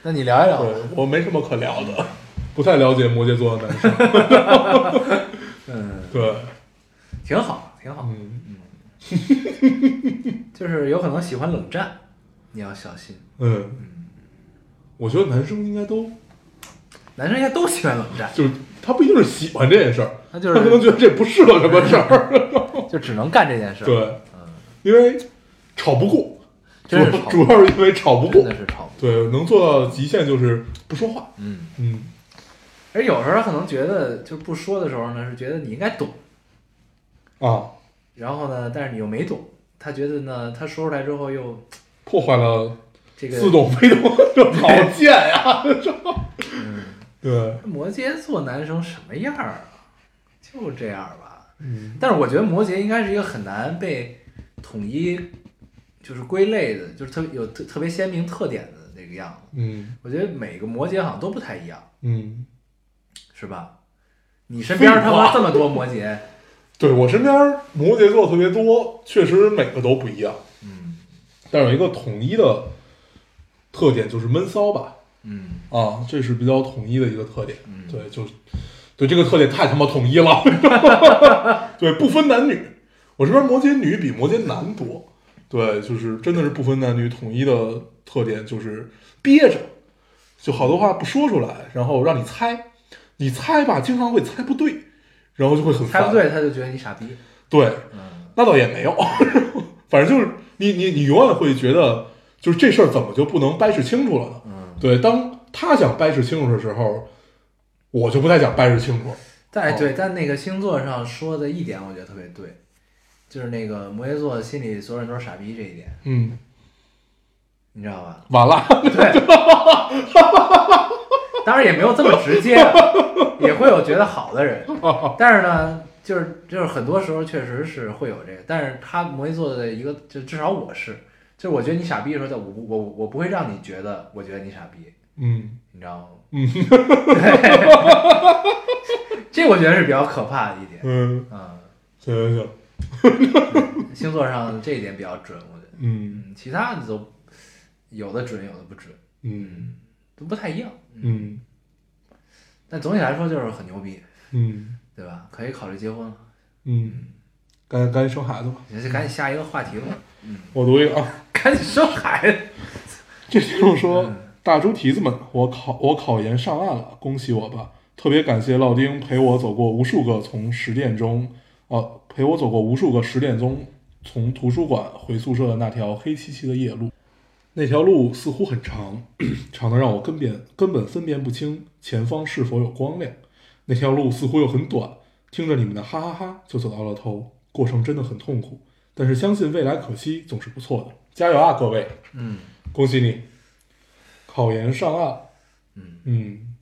Speaker 2: 那你聊一聊吧，
Speaker 1: 对我没什么可聊的，不太了解摩羯座的男生。
Speaker 2: 嗯，
Speaker 1: 对，
Speaker 2: 挺好，挺好，
Speaker 1: 嗯
Speaker 2: 就是有可能喜欢冷战，你要小心。
Speaker 1: 嗯，我觉得男生应该都
Speaker 2: 男生应该都喜欢冷战，
Speaker 1: 就是他不一定是喜欢这件事儿，
Speaker 2: 他就
Speaker 1: 他可能
Speaker 2: 是
Speaker 1: 觉得这不是个什么 事儿。
Speaker 2: 就只能干这件事儿，
Speaker 1: 对，因为吵不过，主
Speaker 2: 嗯真是
Speaker 1: 要
Speaker 2: 吵
Speaker 1: 主要是因为吵不
Speaker 2: 真
Speaker 1: 过
Speaker 2: 的。是超。
Speaker 1: 对，能做到的极限就是不说话。
Speaker 2: 嗯，
Speaker 1: 嗯
Speaker 2: 而有时候他可能觉得就是不说的时候呢，是觉得你应该懂，
Speaker 1: 啊，
Speaker 2: 然后呢，但是你又没懂，他觉得呢，他说出来之后又
Speaker 1: 破坏了
Speaker 2: 这个
Speaker 1: 似懂非懂，这好贱呀！
Speaker 2: 嗯
Speaker 1: 对，
Speaker 2: 摩羯座男生什么样儿啊？就这样儿吧。
Speaker 1: 嗯
Speaker 2: 但是我觉得摩羯应该是一个很难被统一，就是归类的，就是特有特特别鲜明特点的那个样子。
Speaker 1: 嗯
Speaker 2: 我觉得每个摩羯好像都不太一样，
Speaker 1: 嗯，
Speaker 2: 是吧？你身边儿他
Speaker 1: 废
Speaker 2: 妈
Speaker 1: 话
Speaker 2: 这么多摩羯，
Speaker 1: 对我身边摩羯座特别多，确实每个都不一样，
Speaker 2: 嗯
Speaker 1: 但有一个统一的特点就是闷骚吧，
Speaker 2: 嗯，
Speaker 1: 啊，这是比较统一的一个特点。
Speaker 2: 嗯
Speaker 1: 对，就是对这个特点太他妈统一了， 对，不分男女。我这边摩羯女比摩羯男多，对，就是真的是不分男女，统一的特点就是憋着，就好多话不说出来，然后让你猜，你猜吧，经常会猜不对，然后就会很
Speaker 2: 猜
Speaker 1: 烦。
Speaker 2: 不对他就觉得你傻逼。
Speaker 1: 对，
Speaker 2: 嗯
Speaker 1: 那倒也没有，反正就是你你你永远会觉得，就是这事儿怎么就不能掰扯清楚了呢？
Speaker 2: 嗯，
Speaker 1: 对，当他想掰扯清楚的时候，我就不太想掰扯清楚。
Speaker 2: 但哎
Speaker 1: 哦
Speaker 2: 对，但那个星座上说的一点，我觉得特别对，就是那个摩羯座心里所有人都是傻逼这一点，
Speaker 1: 嗯，
Speaker 2: 你知道吧？
Speaker 1: 完了，
Speaker 2: 对，当然也没有这么直接，啊也会有觉得好的 人，但是呢，就是就是很多时候确实是会有这个，但是他摩羯座的一个，就至少我是，就是我觉得你傻逼的时候，我不我我不会让你觉得我觉得你傻逼，
Speaker 1: 嗯
Speaker 2: 你知道吗？
Speaker 1: 嗯
Speaker 2: 这我觉得是比较可怕的一点，
Speaker 1: 嗯，
Speaker 2: 嗯，
Speaker 1: 行行行，
Speaker 2: 星座上这一点比较准，我觉得，
Speaker 1: 嗯
Speaker 2: 嗯，其他的都有的准，有的不准，
Speaker 1: 嗯
Speaker 2: 都不太一样，
Speaker 1: 嗯
Speaker 2: 但总体来说就是很牛逼，
Speaker 1: 嗯
Speaker 2: 对吧？可以考虑结婚了。
Speaker 1: 嗯，赶紧赶紧生孩子吧，
Speaker 2: 你这赶紧下一个话题吧，
Speaker 1: 我读一个啊，
Speaker 2: 赶紧生孩子。
Speaker 1: 这听众说。大猪蹄子们，我考我考研上岸了，恭喜我吧！特别感谢老丁陪我走过无数个从十点钟，呃，陪我走过无数个十点钟从图书馆回宿舍的那条黑漆漆的夜路。那条路似乎很长， 长的让我根本根本分辨不清前方是否有光亮。那条路似乎又很短，听着你们的哈哈哈就走到了头。过程真的很痛苦，但是相信未来可期总是不错的。加油啊，各位！
Speaker 2: 嗯，
Speaker 1: 恭喜你，考研上岸。
Speaker 2: 嗯
Speaker 1: 嗯，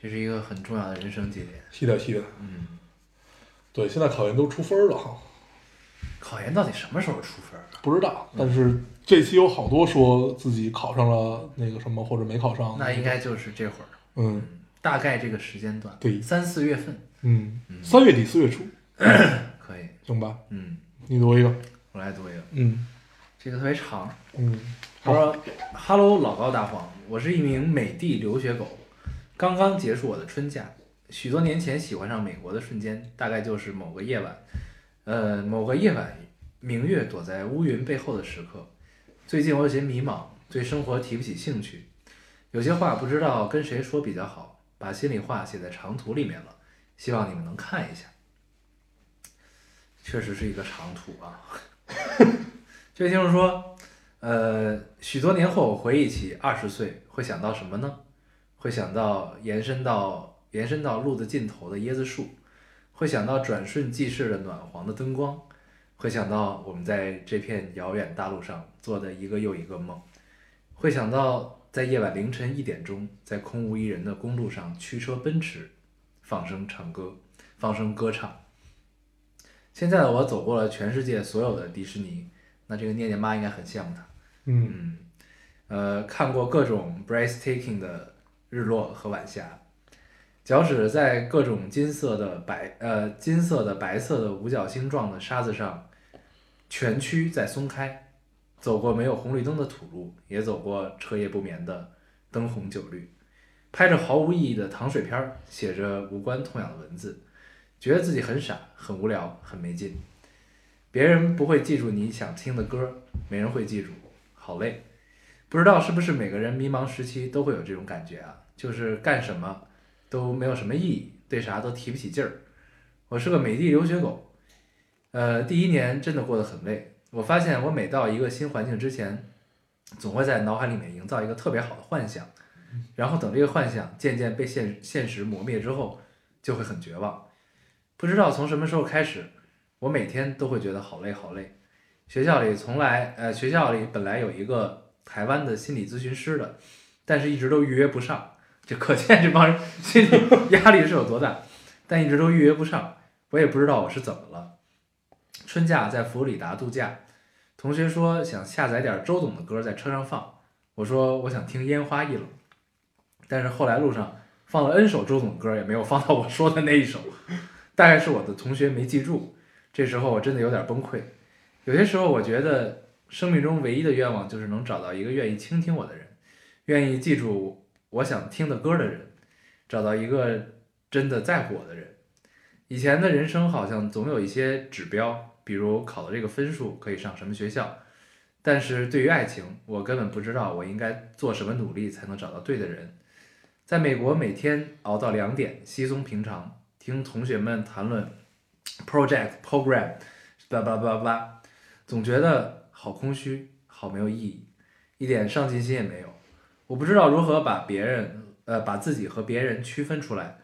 Speaker 2: 这是一个很重要的人生节点。
Speaker 1: 是的，是的。
Speaker 2: 嗯，
Speaker 1: 对，现在考研都出分儿了哈，
Speaker 2: 考研到底什么时候出分啊？
Speaker 1: 不知道。但是这期有好多说自己考上了那个什么，或者没考上。
Speaker 2: 那应该就是这会儿，
Speaker 1: 嗯
Speaker 2: 大概这个时间段，
Speaker 1: 对
Speaker 2: 三四月份
Speaker 1: 嗯，三月底四月初，
Speaker 2: 可以。
Speaker 1: 行吧？
Speaker 2: 嗯，
Speaker 1: 你读一个。
Speaker 2: 我来读一个，
Speaker 1: 嗯
Speaker 2: 这个特别长。
Speaker 1: 嗯，
Speaker 2: 他说：“Hello，老高大黄，我是一名美的留学狗，刚刚结束我的春假。许多年前喜欢上美国的瞬间，大概就是某个夜晚，呃，某个夜晚，明月躲在乌云背后的时刻。最近我有些迷茫，对生活提不起兴趣，有些话不知道跟谁说比较好，把心里话写在长图里面了，希望你们能看一下。确实是一个长图啊。 这位听众说。”呃，许多年后回忆起二十岁，会想到什么呢？会想到延伸到延伸到路的尽头的椰子树，会想到转瞬即逝的暖黄的灯光，会想到我们在这片遥远大陆上做的一个又一个梦，会想到在夜晚凌晨一点钟，在空无一人的公路上驱车奔驰，放声唱歌，放声歌唱。现在的我走过了全世界所有的迪士尼，那这个念念妈应该很羡慕他。
Speaker 1: 嗯
Speaker 2: 嗯，呃，看过各种 breathtaking 的日落和晚霞，脚趾在各种金色的白呃金色的白色的五角星状的沙子上蜷曲在松开，走过没有红绿灯的土路，也走过彻夜不眠的灯红酒绿，拍着毫无意义的糖水片儿，写着无关痛痒的文字，觉得自己很傻、很无聊、很没劲。别人不会记住你想听的歌，没人会记住，好累。不知道是不是每个人迷茫时期都会有这种感觉啊？就是干什么都没有什么意义，对啥都提不起劲儿。我是个美的留学狗，呃，第一年真的过得很累。我发现我每到一个新环境之前，总会在脑海里面营造一个特别好的幻想，然后等这个幻想渐渐被现现实磨灭之后，就会很绝望。不知道从什么时候开始，我每天都会觉得好累好累。学校里从来呃，学校里本来有一个台湾的心理咨询师的，但是一直都预约不上，就可见这帮人心理压力是有多大，但一直都预约不上，我也不知道我是怎么了。春假在佛罗里达度假，同学说想下载点周董的歌在车上放，我说我想听烟花易冷，但是后来路上放了 N 首周董的歌，也没有放到我说的那一首，大概是我的同学没记住，这时候我真的有点崩溃。有些时候，我觉得生命中唯一的愿望就是能找到一个愿意倾听我的人，愿意记住我想听的歌的人，找到一个真的在乎我的人。以前的人生好像总有一些指标，比如考了这个分数可以上什么学校，但是对于爱情，我根本不知道我应该做什么努力才能找到对的人。在美国，每天熬到两点，稀松平常，听同学们谈论 project program 巴拉巴拉巴拉巴拉，总觉得好空虚，好没有意义，一点上进心也没有。我不知道如何把别人，呃，把自己和别人区分出来，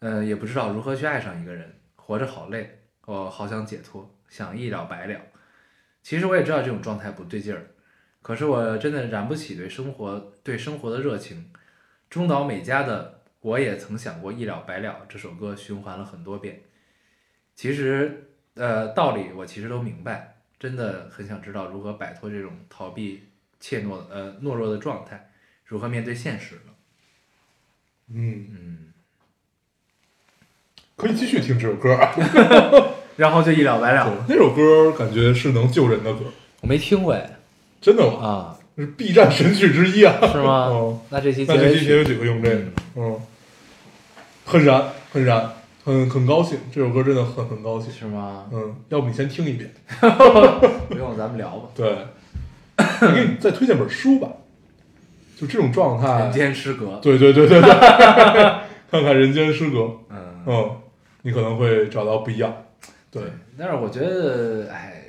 Speaker 2: 呃，也不知道如何去爱上一个人。活着好累，我好想解脱，想一了百了。其实我也知道这种状态不对劲儿，可是我真的燃不起对生活对生活的热情。中岛美嘉的《我也曾想过一了百了》这首歌循环了很多遍。其实，呃，道理我其实都明白，真的很想知道如何摆脱这种逃避、怯懦、呃懦弱的状态，如何面对现实了。
Speaker 1: 嗯，
Speaker 2: 嗯，
Speaker 1: 可以继续听这首歌啊。
Speaker 2: 然后就一了百
Speaker 1: 对
Speaker 2: 了。
Speaker 1: 那首歌感觉是能救人的歌，
Speaker 2: 我没听过哎，
Speaker 1: 真的吗？
Speaker 2: 啊，
Speaker 1: 是 B 站神曲之一啊。
Speaker 2: 是吗？
Speaker 1: 哦
Speaker 2: 那这期结
Speaker 1: 那这
Speaker 2: 尾
Speaker 1: 期结
Speaker 2: 曲
Speaker 1: 尾曲会用这个，嗯，很燃，很燃，很很高兴，这首歌真的很很高兴。
Speaker 2: 是吗？
Speaker 1: 嗯，要不你先听一遍，
Speaker 2: 不用，咱们聊吧。
Speaker 1: 对，你给你再推荐本书吧，就这种状态
Speaker 2: 人，间失格。
Speaker 1: 对对对对 对，看看《人间失格》，
Speaker 2: 嗯，
Speaker 1: 嗯，你可能会找到不一样。对
Speaker 2: 但是我觉得，哎，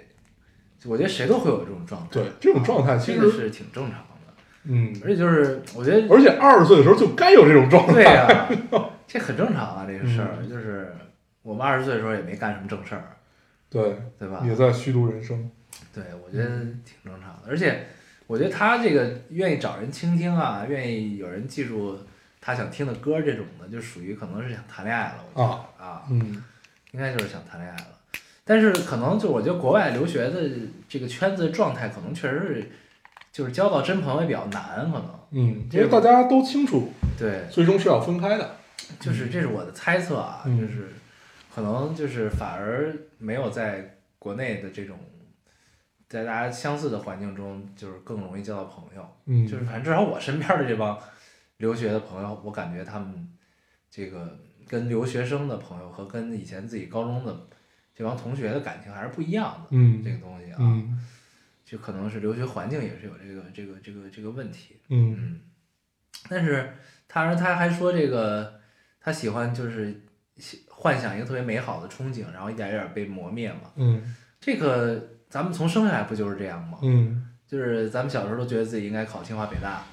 Speaker 2: 我觉得谁都会有这种状态，
Speaker 1: 对，这种状态其
Speaker 2: 这个
Speaker 1: 实，
Speaker 2: 是挺正常的。
Speaker 1: 嗯，
Speaker 2: 而且就是，我觉得
Speaker 1: 而且二十岁的时候就该有这种状 态。
Speaker 2: 对呀、这很正常啊，这个事儿就是我们二十岁的时候也没干什么正事儿，
Speaker 1: 对，
Speaker 2: 对吧？
Speaker 1: 也在虚度人生。
Speaker 2: 对，我觉得挺正常的。而且我觉得他这个愿意找人倾听啊，愿意有人记住他想听的歌这种的，就属于可能是想谈恋爱了。我觉得啊，
Speaker 1: 嗯，
Speaker 2: 应该就是想谈恋爱了。但是可能就我觉得国外留学的这个圈子状态，可能确实是就是交到真朋友也比较难，可能
Speaker 1: 嗯，因为大家都清楚，
Speaker 2: 对，
Speaker 1: 最终是要分开的。
Speaker 2: 就是这是我的猜测啊，
Speaker 1: 嗯
Speaker 2: 就是可能就是反而没有在国内的这种在大家相似的环境中，就是更容易交到朋友。
Speaker 1: 嗯
Speaker 2: 就是反正至少我身边的这帮留学的朋友，我感觉他们这个跟留学生的朋友和跟以前自己高中的这帮同学的感情还是不一样的。
Speaker 1: 嗯
Speaker 2: 这个东西啊，
Speaker 1: 嗯
Speaker 2: 就可能是留学环境也是有这个这个这个这个问题。
Speaker 1: 嗯
Speaker 2: 嗯，但是他他还说这个他喜欢就是喜幻想一个特别美好的憧憬，然后一点一点被磨灭嘛。
Speaker 1: 嗯
Speaker 2: 这个咱们从生下来不就是这样吗？
Speaker 1: 嗯
Speaker 2: 就是咱们小时候都觉得自己应该考清华北大，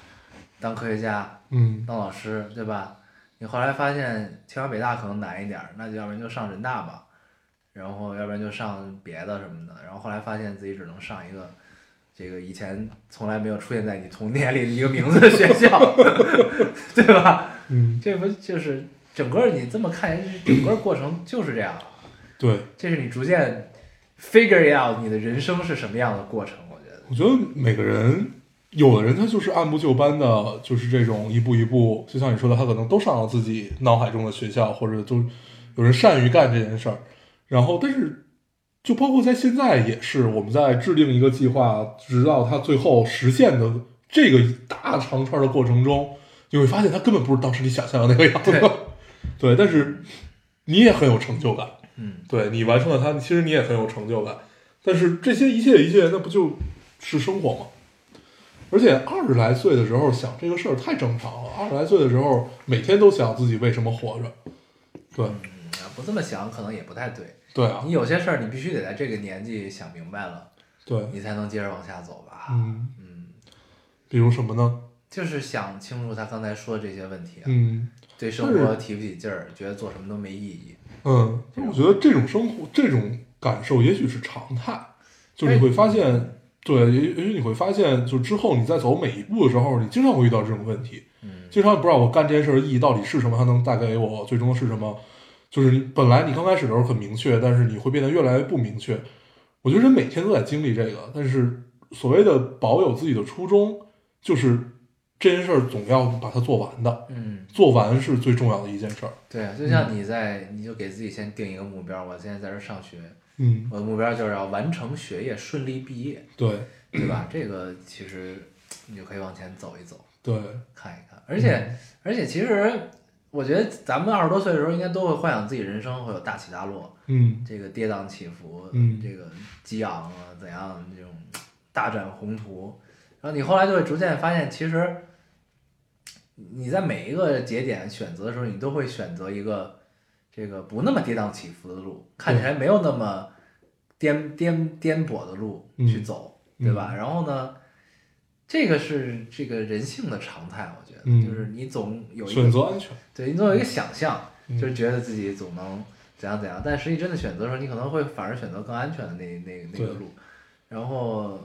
Speaker 2: 当科学家，
Speaker 1: 嗯
Speaker 2: 当老师，对吧？你后来发现清华北大可能难一点儿，那就要不然就上人大吧，然后要不然就上别的什么的，然后后来发现自己只能上一个这个以前从来没有出现在你童年里的一个名字的学校， 对吧？
Speaker 1: 嗯，
Speaker 2: 这不就是整个你这么看，整个过程就是这样，
Speaker 1: 对，
Speaker 2: 这是你逐渐 figure out 你的人生是什么样的过程，我觉得。
Speaker 1: 我觉得每个人。有的人他就是按部就班的，就是这种一步一步，就像你说的，他可能都上了自己脑海中的学校，或者就有人善于干这件事儿。然后，但是就包括在现在也是，我们在制定一个计划，直到它最后实现的这个大长串的过程中，你会发现它根本不是当时你想象的那个样子。 对，但是你也很有成就感，
Speaker 2: 嗯，
Speaker 1: 对你完成了它，其实你也很有成就感。但是这些一切一切，那不就是生活吗？而且二十来岁的时候想这个事儿太正常了。二十来岁的时候，每天都想自己为什么活着。对，
Speaker 2: 嗯不这么想可能也不太对。
Speaker 1: 对啊
Speaker 2: 你，有些事儿你必须得在这个年纪想明白了，
Speaker 1: 对，
Speaker 2: 你才能接着往下走吧。
Speaker 1: 嗯，
Speaker 2: 嗯
Speaker 1: 比如什么呢？
Speaker 2: 就是想清楚他刚才说的这些问题啊，
Speaker 1: 嗯
Speaker 2: 对生活提不起劲儿，觉得做什么都没意义。
Speaker 1: 嗯，我觉得这种生活，这种感受也许是常态，就是你会发现，对，也也许你会发现，就之后你在走每一步的时候，你经常会遇到这种问题，
Speaker 2: 嗯
Speaker 1: 经常也不知道我干这件事儿的意义到底是什么，它能带给我最终是什么。就是你本来你刚开始的时候很明确，但是你会变得越来越不明确。我觉得人每天都在经历这个，但是所谓的保有自己的初衷，就是这件事儿总要把它做完的。
Speaker 2: 嗯，
Speaker 1: 做完是最重要的一件事儿。
Speaker 2: 对啊，就
Speaker 1: 嗯
Speaker 2: 像你在，你就给自己先定一个目标。我现在在这儿上学，
Speaker 1: 嗯，
Speaker 2: 我的目标就是要完成学业，顺利毕业，
Speaker 1: 对
Speaker 2: 对吧？这个其实你就可以往前走一走，
Speaker 1: 对，
Speaker 2: 看一看。而且、
Speaker 1: 嗯
Speaker 2: 而且，其实我觉得咱们二十多岁的时候，应该都会幻想自己人生会有大起大落。
Speaker 1: 嗯
Speaker 2: 这个跌宕起伏，
Speaker 1: 嗯
Speaker 2: 这个激昂啊，怎样这种大展宏图，然后你后来就会逐渐发现，其实你在每一个节点选择的时候，你都会选择一个这个不那么跌宕起伏的路，看起来没有那么颠颠颠簸的路去走，
Speaker 1: 嗯
Speaker 2: 对吧？然后呢，这个是这个人性的常态，我觉得，
Speaker 1: 嗯
Speaker 2: 就是你总有一个
Speaker 1: 选择安全，
Speaker 2: 对你总有一个想象，
Speaker 1: 嗯
Speaker 2: 就是觉得自己总能怎样怎样，但实际真的选择的时候，你可能会反而选择更安全的那那那个
Speaker 1: 对
Speaker 2: 路。然后，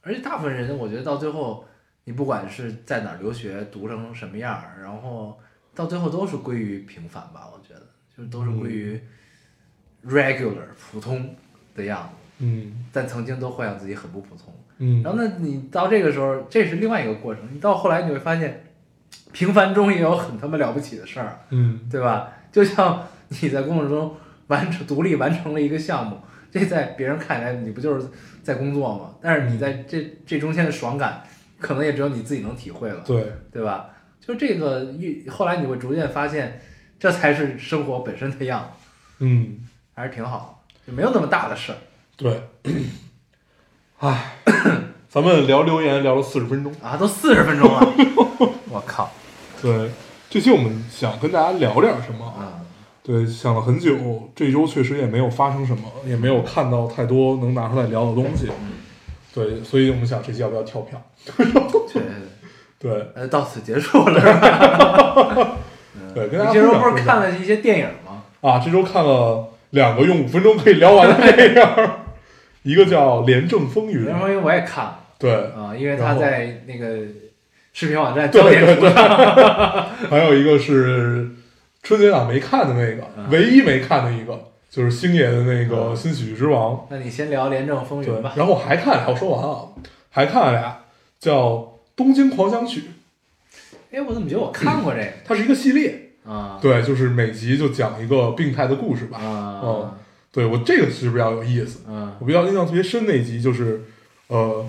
Speaker 2: 而且大部分人，我觉得到最后，你不管是在哪儿留学，读成什么样儿，然后到最后都是归于平凡吧。我觉得，就是都是归于 regular 普通的样子，
Speaker 1: 嗯
Speaker 2: 但曾经都幻想自己很不普通。
Speaker 1: 嗯，
Speaker 2: 然后呢，你到这个时候，这是另外一个过程。你到后来，你会发现，平凡中也有很他妈了不起的事儿。啊
Speaker 1: 嗯
Speaker 2: 对吧？就像你在工作中完成独立完成了一个项目，这在别人看来你不就是在工作吗？但是你在这这中间的爽感，可能也只有你自己能体会了，
Speaker 1: 对，
Speaker 2: 对吧？就这个越后来你会逐渐发现，这才是生活本身的样子，
Speaker 1: 嗯
Speaker 2: 还是挺好，就没有那么大的事儿。
Speaker 1: 对，唉，咱们聊留言聊了四十分钟，
Speaker 2: 啊，都四十分 钟了，我靠！
Speaker 1: 对，这期我们想跟大家聊点什么
Speaker 2: 啊，
Speaker 1: 啊？对，想了很久，这周确实也没有发生什么，也没有看到太多能拿出来聊的东西。对，所以我们想这期要不要跳票？
Speaker 2: 这
Speaker 1: 对
Speaker 2: 呃到此结束了。是吧 嗯
Speaker 1: 对，跟大
Speaker 2: 你这
Speaker 1: 家
Speaker 2: 时候
Speaker 1: 分享
Speaker 2: 不是
Speaker 1: 分
Speaker 2: 看
Speaker 1: 享
Speaker 2: 了一些电影吗？
Speaker 1: 啊，这周看了两个用五分钟可以聊完的电影，一个叫《廉政风云
Speaker 2: 然》，后因为我也看了。
Speaker 1: 对，
Speaker 2: 啊，因为
Speaker 1: 然
Speaker 2: 他
Speaker 1: 后
Speaker 2: 在那个视频网站
Speaker 1: 对
Speaker 2: 焦点
Speaker 1: 对
Speaker 2: 图上，
Speaker 1: 还有一个是春节档没看的那个，
Speaker 2: 嗯
Speaker 1: 唯一没看的一个就是星爷的那个《新喜剧之王》。
Speaker 2: 那你先聊《廉政风云
Speaker 1: 对》，
Speaker 2: 吧。
Speaker 1: 然后我还看俩，我说完啊，还看了俩叫《东京狂想曲》，
Speaker 2: 哎，我怎么觉得我看过这个
Speaker 1: 它是一个系列。
Speaker 2: 啊？
Speaker 1: 对，就是每集就讲一个病态的故事吧。
Speaker 2: 啊
Speaker 1: 哦，对我这个是比较有意思，
Speaker 2: 嗯
Speaker 1: 我比较印象特别深的一集就是，呃，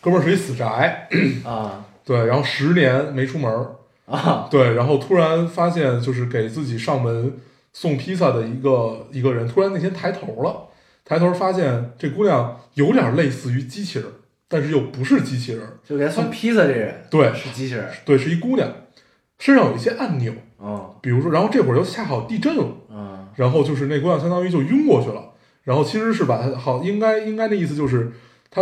Speaker 1: 哥们儿是一死宅，
Speaker 2: 啊
Speaker 1: 对，然后十年没出门儿，
Speaker 2: 啊
Speaker 1: 对，然后突然发现就是给自己上门送披萨的一个一个人，突然那天抬头了，抬头发现这姑娘有点类似于机器人儿，但是又不是机器人儿，
Speaker 2: 就给他送披萨这人，
Speaker 1: 对
Speaker 2: 是机器人。
Speaker 1: 对，是一姑娘，身上有一些按钮，
Speaker 2: 嗯
Speaker 1: 比如说，然后这会儿又恰好地震了。
Speaker 2: 嗯
Speaker 1: 然后就是那姑娘相当于就晕过去了，然后其实是把她好应该应该的意思就是她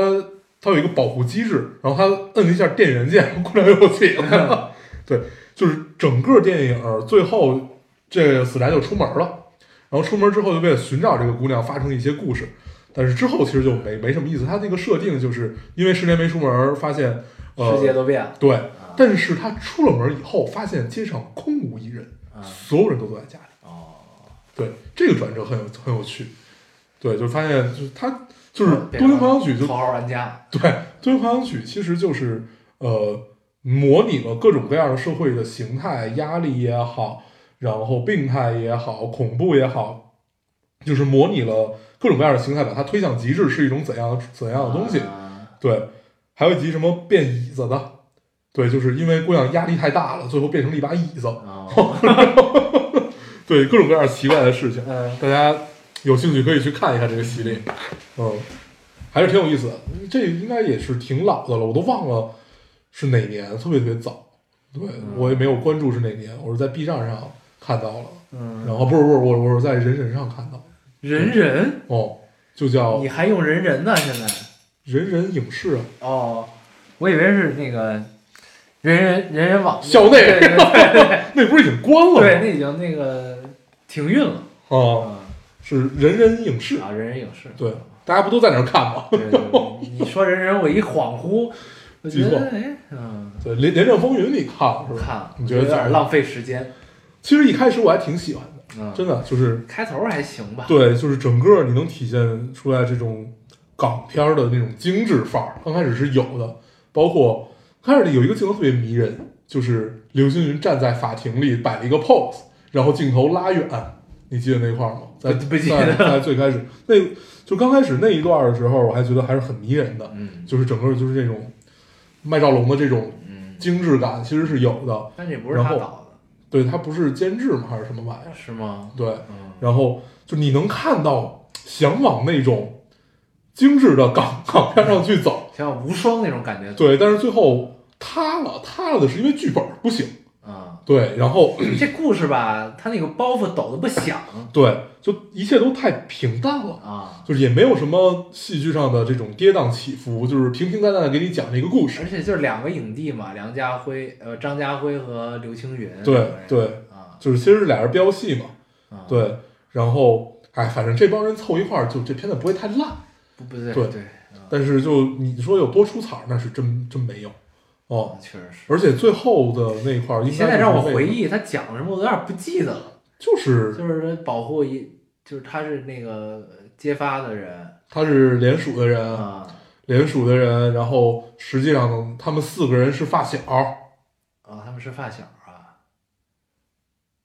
Speaker 1: 她有一个保护机制，然后她摁了一下电源键， 姑娘又起来了。 对，就是整个电影儿最后这个死宅就出门了，然后出门之后就为了寻找这个姑娘发生了一些故事，但是之后其实就没没什么意思。它那个设定就是因为十年没出门，发现呃
Speaker 2: 世界都变了。
Speaker 1: 对，
Speaker 2: 啊
Speaker 1: 但是他出了门以后发现街上空无一人，
Speaker 2: 啊
Speaker 1: 所有人都坐在家里。
Speaker 2: 哦，
Speaker 1: 对，这个转折很有很有趣。对，就发现就是他就是《
Speaker 2: 变
Speaker 1: 东
Speaker 2: 成
Speaker 1: 京狂想曲》就
Speaker 2: 头号玩家。
Speaker 1: 对，《东京狂想曲》其实就是呃模拟了各种各样的社会的形态，压力也好，然后病态也好，恐怖也好，就是模拟了各种各样的形态，把它推向极致是一种怎样怎样的东西。
Speaker 2: 啊
Speaker 1: 对，还有一集什么变椅子的，对，就是因为姑娘压力太大了，最后变成了一把椅子。
Speaker 2: 哦，
Speaker 1: 对，各种各样奇怪的事情。
Speaker 2: 嗯，
Speaker 1: 大家有兴趣可以去看一看这个系列，嗯，还是挺有意思的。这应该也是挺老的了，我都忘了是哪年，特别特别早。对
Speaker 2: 嗯
Speaker 1: 我也没有关注是哪年，我是在 B 站上看到了，
Speaker 2: 嗯
Speaker 1: 然后不是不是我我是在人人上看到的，
Speaker 2: 人人，
Speaker 1: 哦，就叫
Speaker 2: 你还用人人呢？现在？
Speaker 1: 人人影视啊，
Speaker 2: 哦，我以为是那个人人人人网
Speaker 1: 校内
Speaker 2: 对对对 对
Speaker 1: 那不是已经关了吗？
Speaker 2: 对，那已经那个停运了。
Speaker 1: 哦，
Speaker 2: 嗯
Speaker 1: 是人人影视，
Speaker 2: 啊，人人影视。
Speaker 1: 对，大家不都在那儿看吗？
Speaker 2: 对对对，你说人人，我一恍惚，我觉
Speaker 1: 记错
Speaker 2: 得哎，嗯，
Speaker 1: 对，《廉廉政风云》你看了是
Speaker 2: 不
Speaker 1: 吧？
Speaker 2: 看了，
Speaker 1: 你
Speaker 2: 我
Speaker 1: 觉得
Speaker 2: 有
Speaker 1: 怎
Speaker 2: 点
Speaker 1: 么
Speaker 2: 浪费时间。
Speaker 1: 其实一开始我还挺喜欢的，
Speaker 2: 嗯，
Speaker 1: 真的就是
Speaker 2: 开头还行吧。
Speaker 1: 对，就是整个你能体现出来这种港片儿的那种精致范儿，刚开始是有的，包括刚开始有一个镜头特别迷人，就是刘青云站在法庭里摆了一个 pose，然后镜头拉远，你记得那块儿吗？在
Speaker 2: 不不记
Speaker 1: 在
Speaker 2: 得
Speaker 1: 在最开始那就刚开始那一段的时候，我还觉得还是很迷人的，
Speaker 2: 嗯
Speaker 1: 就是整个就是这种麦兆龙的这种
Speaker 2: 嗯，
Speaker 1: 精致感其实是有的，
Speaker 2: 但是也不是他
Speaker 1: 然后
Speaker 2: 导
Speaker 1: 对，他不是监制吗还是什么玩意
Speaker 2: 的，
Speaker 1: 儿？
Speaker 2: 是吗？
Speaker 1: 对，
Speaker 2: 嗯，
Speaker 1: 然后就你能看到向往那种精致的港港片上去走，
Speaker 2: 像无双那种感觉。
Speaker 1: 对，但是最后塌了，塌了的是因为剧本不行，
Speaker 2: 啊、
Speaker 1: 对，然后
Speaker 2: 这故事吧，他那个包袱抖得不响
Speaker 1: 对，就一切都太平淡了。
Speaker 2: 啊，
Speaker 1: 就是也没有什么戏剧上的这种跌宕起伏，就是平平淡淡的给你讲了一个故事
Speaker 2: 而。且就是两个影帝嘛，梁家辉呃张家辉和刘青云，
Speaker 1: 对对，
Speaker 2: 啊
Speaker 1: 就是其实是俩人飙戏嘛，
Speaker 2: 啊，
Speaker 1: 对，然后哎，反正这帮人凑一块儿，就这片子不会太烂，
Speaker 2: 不不对
Speaker 1: 对
Speaker 2: 对，啊
Speaker 1: 但是就你说有多出彩儿，那是真真没有哦。
Speaker 2: 确实是。
Speaker 1: 而且最后的那块儿，
Speaker 2: 你
Speaker 1: 应
Speaker 2: 现
Speaker 1: 该
Speaker 2: 在
Speaker 1: 就是
Speaker 2: 让我
Speaker 1: 为
Speaker 2: 回，忆他讲了什么，我都有点不记得了。
Speaker 1: 就是
Speaker 2: 就是说保护一，就是他是那个呃揭发的人
Speaker 1: 他是联署的人，
Speaker 2: 啊
Speaker 1: 联署的人，然后实际上他们四个人是发小。
Speaker 2: 啊，他们是发小啊。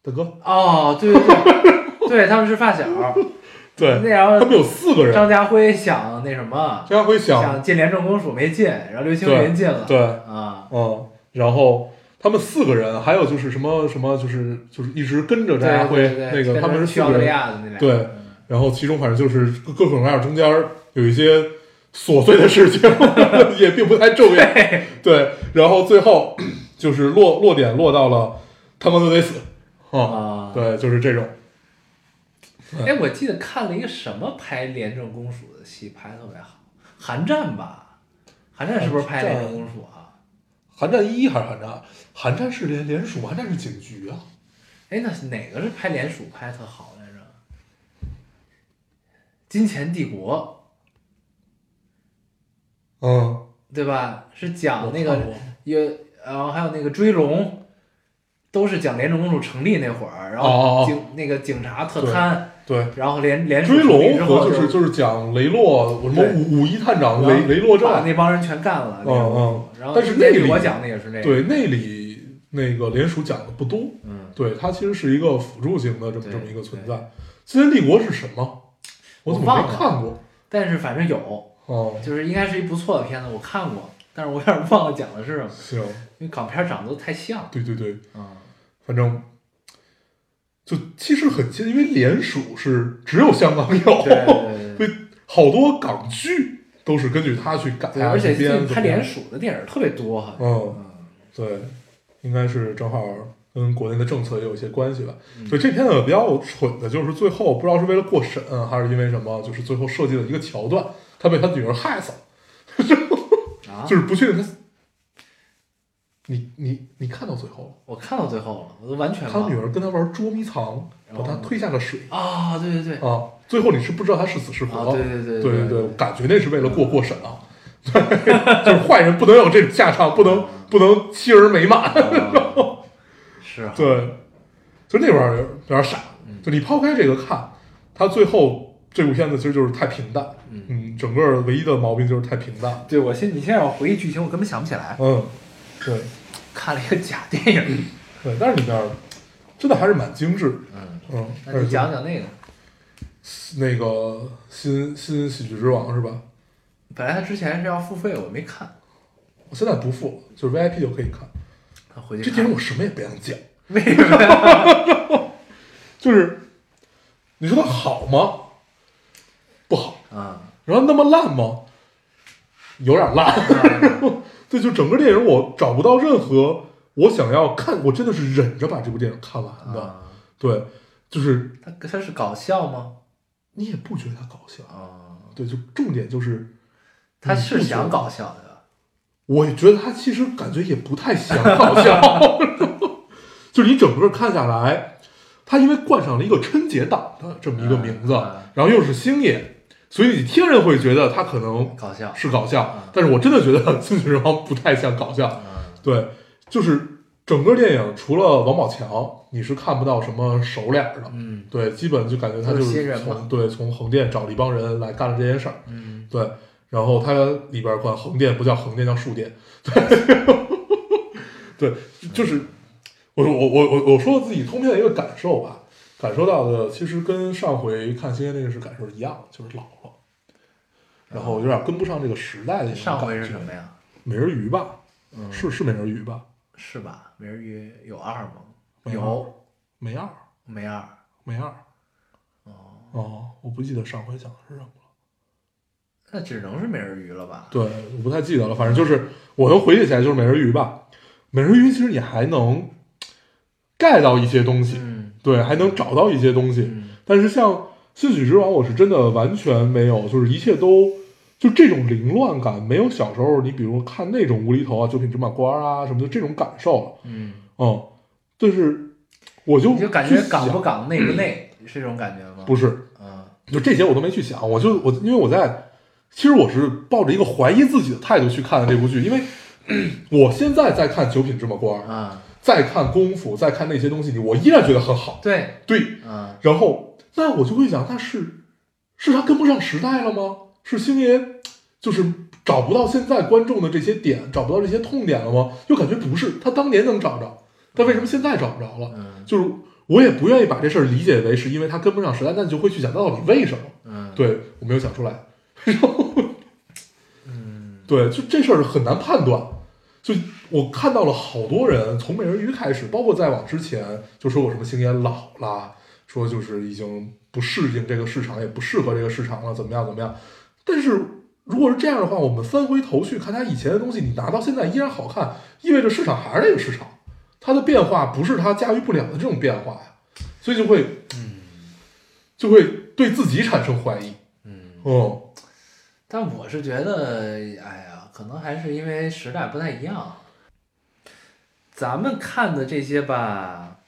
Speaker 1: 大哥，
Speaker 2: 哦，对对对，对 他们是发小。那
Speaker 1: 对，
Speaker 2: 然
Speaker 1: 他
Speaker 2: 后
Speaker 1: 们有四个人，
Speaker 2: 张家辉想那什么，
Speaker 1: 张家辉想，
Speaker 2: 想进廉政公署没进，然后刘青云进了。
Speaker 1: 对，
Speaker 2: 啊，
Speaker 1: 嗯，然后他们四个人，还有就是什么什么，就是就是一直跟着
Speaker 2: 对
Speaker 1: 张家辉
Speaker 2: 对对
Speaker 1: 那
Speaker 2: 对
Speaker 1: 个，他们是
Speaker 2: 去
Speaker 1: 四
Speaker 2: 澳
Speaker 1: 个
Speaker 2: 大利
Speaker 1: 人，
Speaker 2: 亚的那俩。
Speaker 1: 对
Speaker 2: 嗯
Speaker 1: 然后其中反正就是各各种各样中间有一些琐碎的事情， 也并不太重要，
Speaker 2: 对，
Speaker 1: 对，然后最后 就是落落点落到了他们都得死，啊、
Speaker 2: 啊，。
Speaker 1: 对，就是这种，
Speaker 2: 哎，我记得看了一个什么拍廉政公署的戏，拍得特别好，《寒战》吧，《寒战》是不是拍廉政公署啊？
Speaker 1: 寒战一还是寒战二？寒战是联联署，寒战是警局啊，
Speaker 2: 哎，那是哪个是拍联署拍得特好来着？《金钱帝国
Speaker 1: 嗯，》
Speaker 2: 对吧？是讲那
Speaker 1: 我看
Speaker 2: 个
Speaker 1: 过
Speaker 2: 有，然后还有那个追龙，都是讲廉政公署成立那会儿，然
Speaker 1: 哦哦
Speaker 2: 后
Speaker 1: 哦
Speaker 2: 警、那个警察特贪，
Speaker 1: 对。
Speaker 2: 然后联联署
Speaker 1: 追
Speaker 2: 成立
Speaker 1: 龙
Speaker 2: 之
Speaker 1: 和
Speaker 2: 后
Speaker 1: 就是就是讲雷洛，我什么
Speaker 2: 对
Speaker 1: 五五一探长
Speaker 2: 然后
Speaker 1: 雷雷洛
Speaker 2: 把
Speaker 1: 正，
Speaker 2: 那帮人全干了。
Speaker 1: 嗯嗯
Speaker 2: 然后
Speaker 1: 但是那里
Speaker 2: 我讲的也是那个，
Speaker 1: 对那里那个联署讲的不多，
Speaker 2: 嗯，
Speaker 1: 对它其实是一个辅助型的这么
Speaker 2: 对
Speaker 1: 这么一个存在。新天帝国是什么？我怎么
Speaker 2: 我忘
Speaker 1: 没
Speaker 2: 了
Speaker 1: 看过？
Speaker 2: 但是反正有，
Speaker 1: 哦，
Speaker 2: 就是应该是一不错的片子，我看过，但是我有点忘了讲的是什么，
Speaker 1: 行，
Speaker 2: 因为港片长得都太像了。
Speaker 1: 对对对，
Speaker 2: 嗯，
Speaker 1: 反正就其实很近，因为联署是只有香港
Speaker 2: 对对
Speaker 1: 有，
Speaker 2: 对对对。
Speaker 1: 对，好多港剧都是根据它去改
Speaker 2: 对，
Speaker 1: 啊，
Speaker 2: 而且
Speaker 1: 去编
Speaker 2: 最近
Speaker 1: 怎
Speaker 2: 拍
Speaker 1: 么样
Speaker 2: 联署的电影特别多哈。
Speaker 1: 嗯。
Speaker 2: 嗯，
Speaker 1: 对，应该是正好跟国内的政策也有一些关系吧。
Speaker 2: 嗯
Speaker 1: 所以这片子比较蠢的就是最后不知道是为了过审啊还是因为什么，就是最后设计了一个桥段，他被他女儿害死了，
Speaker 2: 啊
Speaker 1: 就，是不确定他。你你你看到最后了，
Speaker 2: 我看到最后了，我都完全
Speaker 1: 他
Speaker 2: 忘
Speaker 1: 女
Speaker 2: 了。
Speaker 1: 儿跟他玩捉迷藏，
Speaker 2: 然
Speaker 1: 把
Speaker 2: 后
Speaker 1: 他
Speaker 2: 呢
Speaker 1: 推下了水
Speaker 2: 啊，对对对，啊，
Speaker 1: 啊！最后你是不知道他是死是活，
Speaker 2: 对对对
Speaker 1: 对
Speaker 2: 对
Speaker 1: 对，我感觉那是为了过过审啊。 对，就是坏人不能有这种下场，不能不能妻儿美满。
Speaker 2: 啊是啊，
Speaker 1: 对，就那边儿有点傻。
Speaker 2: 嗯
Speaker 1: 就你抛开这个看，它最后这部片子其实就是太平淡。
Speaker 2: 嗯
Speaker 1: 整个唯一的毛病就是太平淡。
Speaker 2: 对我现你现在让我回忆剧情，我根本想不起来。
Speaker 1: 嗯，对
Speaker 2: 看了一个假电影，
Speaker 1: 对，但是里边儿真的还是蛮精致。
Speaker 2: 嗯，
Speaker 1: 嗯，
Speaker 2: 那
Speaker 1: 而
Speaker 2: 你
Speaker 1: 且
Speaker 2: 讲讲那个，
Speaker 1: 那个新新喜剧之王是吧？
Speaker 2: 本来他之前是要付费，我没看，
Speaker 1: 我现在不付了，就是 VIP 就可以看。
Speaker 2: 他回
Speaker 1: 这
Speaker 2: 去
Speaker 1: 电
Speaker 2: 看
Speaker 1: 影。我什么也不想讲，
Speaker 2: 为什么 啊呀？
Speaker 1: 就是你说它好吗？不好。
Speaker 2: 啊，
Speaker 1: 然后那么烂吗？有点烂。 对，就整个电影我找不到任何我想要看，我真的是忍着把这部电影看完的。
Speaker 2: 啊
Speaker 1: 对，就是
Speaker 2: 他他是搞笑吗？
Speaker 1: 你也不觉得它搞笑，
Speaker 2: 啊，
Speaker 1: 对，就重点就是，
Speaker 2: 他
Speaker 1: 嗯
Speaker 2: 是想搞笑的。
Speaker 1: 我也觉得他其实感觉也不太想搞笑， 就是你整个看下来，他因为冠上了一个春节档的这么一个名字，
Speaker 2: 嗯嗯
Speaker 1: 然后又是星爷，所以你天然会觉得他可能
Speaker 2: 搞笑
Speaker 1: 是搞笑
Speaker 2: 嗯，
Speaker 1: 但是我真的觉得《新喜剧之王》不太像搞笑。
Speaker 2: 嗯
Speaker 1: 对，就是整个电影除了王宝强，你是看不到什么熟脸儿的。
Speaker 2: 嗯
Speaker 1: 对，基本就感觉他就
Speaker 2: 都是新
Speaker 1: 是
Speaker 2: 人嘛
Speaker 1: 从对从横店找了一帮人来干了这件事儿。
Speaker 2: 嗯，
Speaker 1: 对，然后它里边管横店不叫横店，叫竖店。 对，对，就是我我我我我说自己通篇的一个感受吧，感受到的其实跟上回看新鲜那个是感受一样，就是老了，然后有点跟不上这个时代的。
Speaker 2: 上回是什么？呀？
Speaker 1: 美人鱼吧，
Speaker 2: 嗯，
Speaker 1: 是是美人鱼吧？
Speaker 2: 是吧？美人鱼有二吗？
Speaker 1: 没有
Speaker 2: 有，
Speaker 1: 美二，
Speaker 2: 没二。
Speaker 1: 美二。哦，我不记得上回讲的是什么了。
Speaker 2: 那只能是美人鱼了吧？
Speaker 1: 对，我不太记得了，反正就是我能回忆起来就是美人鱼吧。美人鱼其实你还能，盖到一些东西，
Speaker 2: 嗯
Speaker 1: 对，还能找到一些东西。
Speaker 2: 嗯
Speaker 1: 但是像《兴许之王》，我是真的完全没有，就是一切都就这种凌乱感，没有小时候你比如看那种无厘头啊、九品芝麻官啊什么的这种感受了。
Speaker 2: 嗯，
Speaker 1: 嗯，但是我就
Speaker 2: 你就感觉
Speaker 1: 去
Speaker 2: 港不
Speaker 1: 想嗯
Speaker 2: 港内不内是这种感觉吗？
Speaker 1: 不
Speaker 2: 是，
Speaker 1: 是，
Speaker 2: 嗯
Speaker 1: 就这些我都没去想，我就我因为我在，其实我是抱着一个怀疑自己的态度去看的这部剧，因为我现在在看《九品芝麻官》，
Speaker 2: 啊，
Speaker 1: 再看《功夫》，再看那些东西，我依然觉得很好。
Speaker 2: 对，
Speaker 1: 对，
Speaker 2: 嗯
Speaker 1: 然后那我就会想，那是是他跟不上时代了吗？是星爷就是找不到现在观众的这些点，找不到这些痛点了吗？又感觉不是，他当年能找着，但为什么现在找不着了？
Speaker 2: 嗯
Speaker 1: 就是我也不愿意把这事儿理解为是因为他跟不上时代，那你就会去想，那到底为什么？
Speaker 2: 嗯，，
Speaker 1: 对我没有想出来， 然后，嗯，对，就这事儿很难判断。就我看到了好多人从美人鱼开始，包括再往之前，就说我什么星爷老了，说就是已经不适应这个市场，也不适合这个市场了，怎么样怎么样。但是如果是这样的话，我们翻回头去看他以前的东西，你拿到现在依然好看，意味着市场还是那个市场，它的变化不是它驾驭不了的这种变化呀，所以就会，嗯，就会对自己产生怀疑。
Speaker 2: 嗯，
Speaker 1: 哦，
Speaker 2: 但我是觉得，哎呀，可能还是因为时代不太一样。咱们看的这些吧，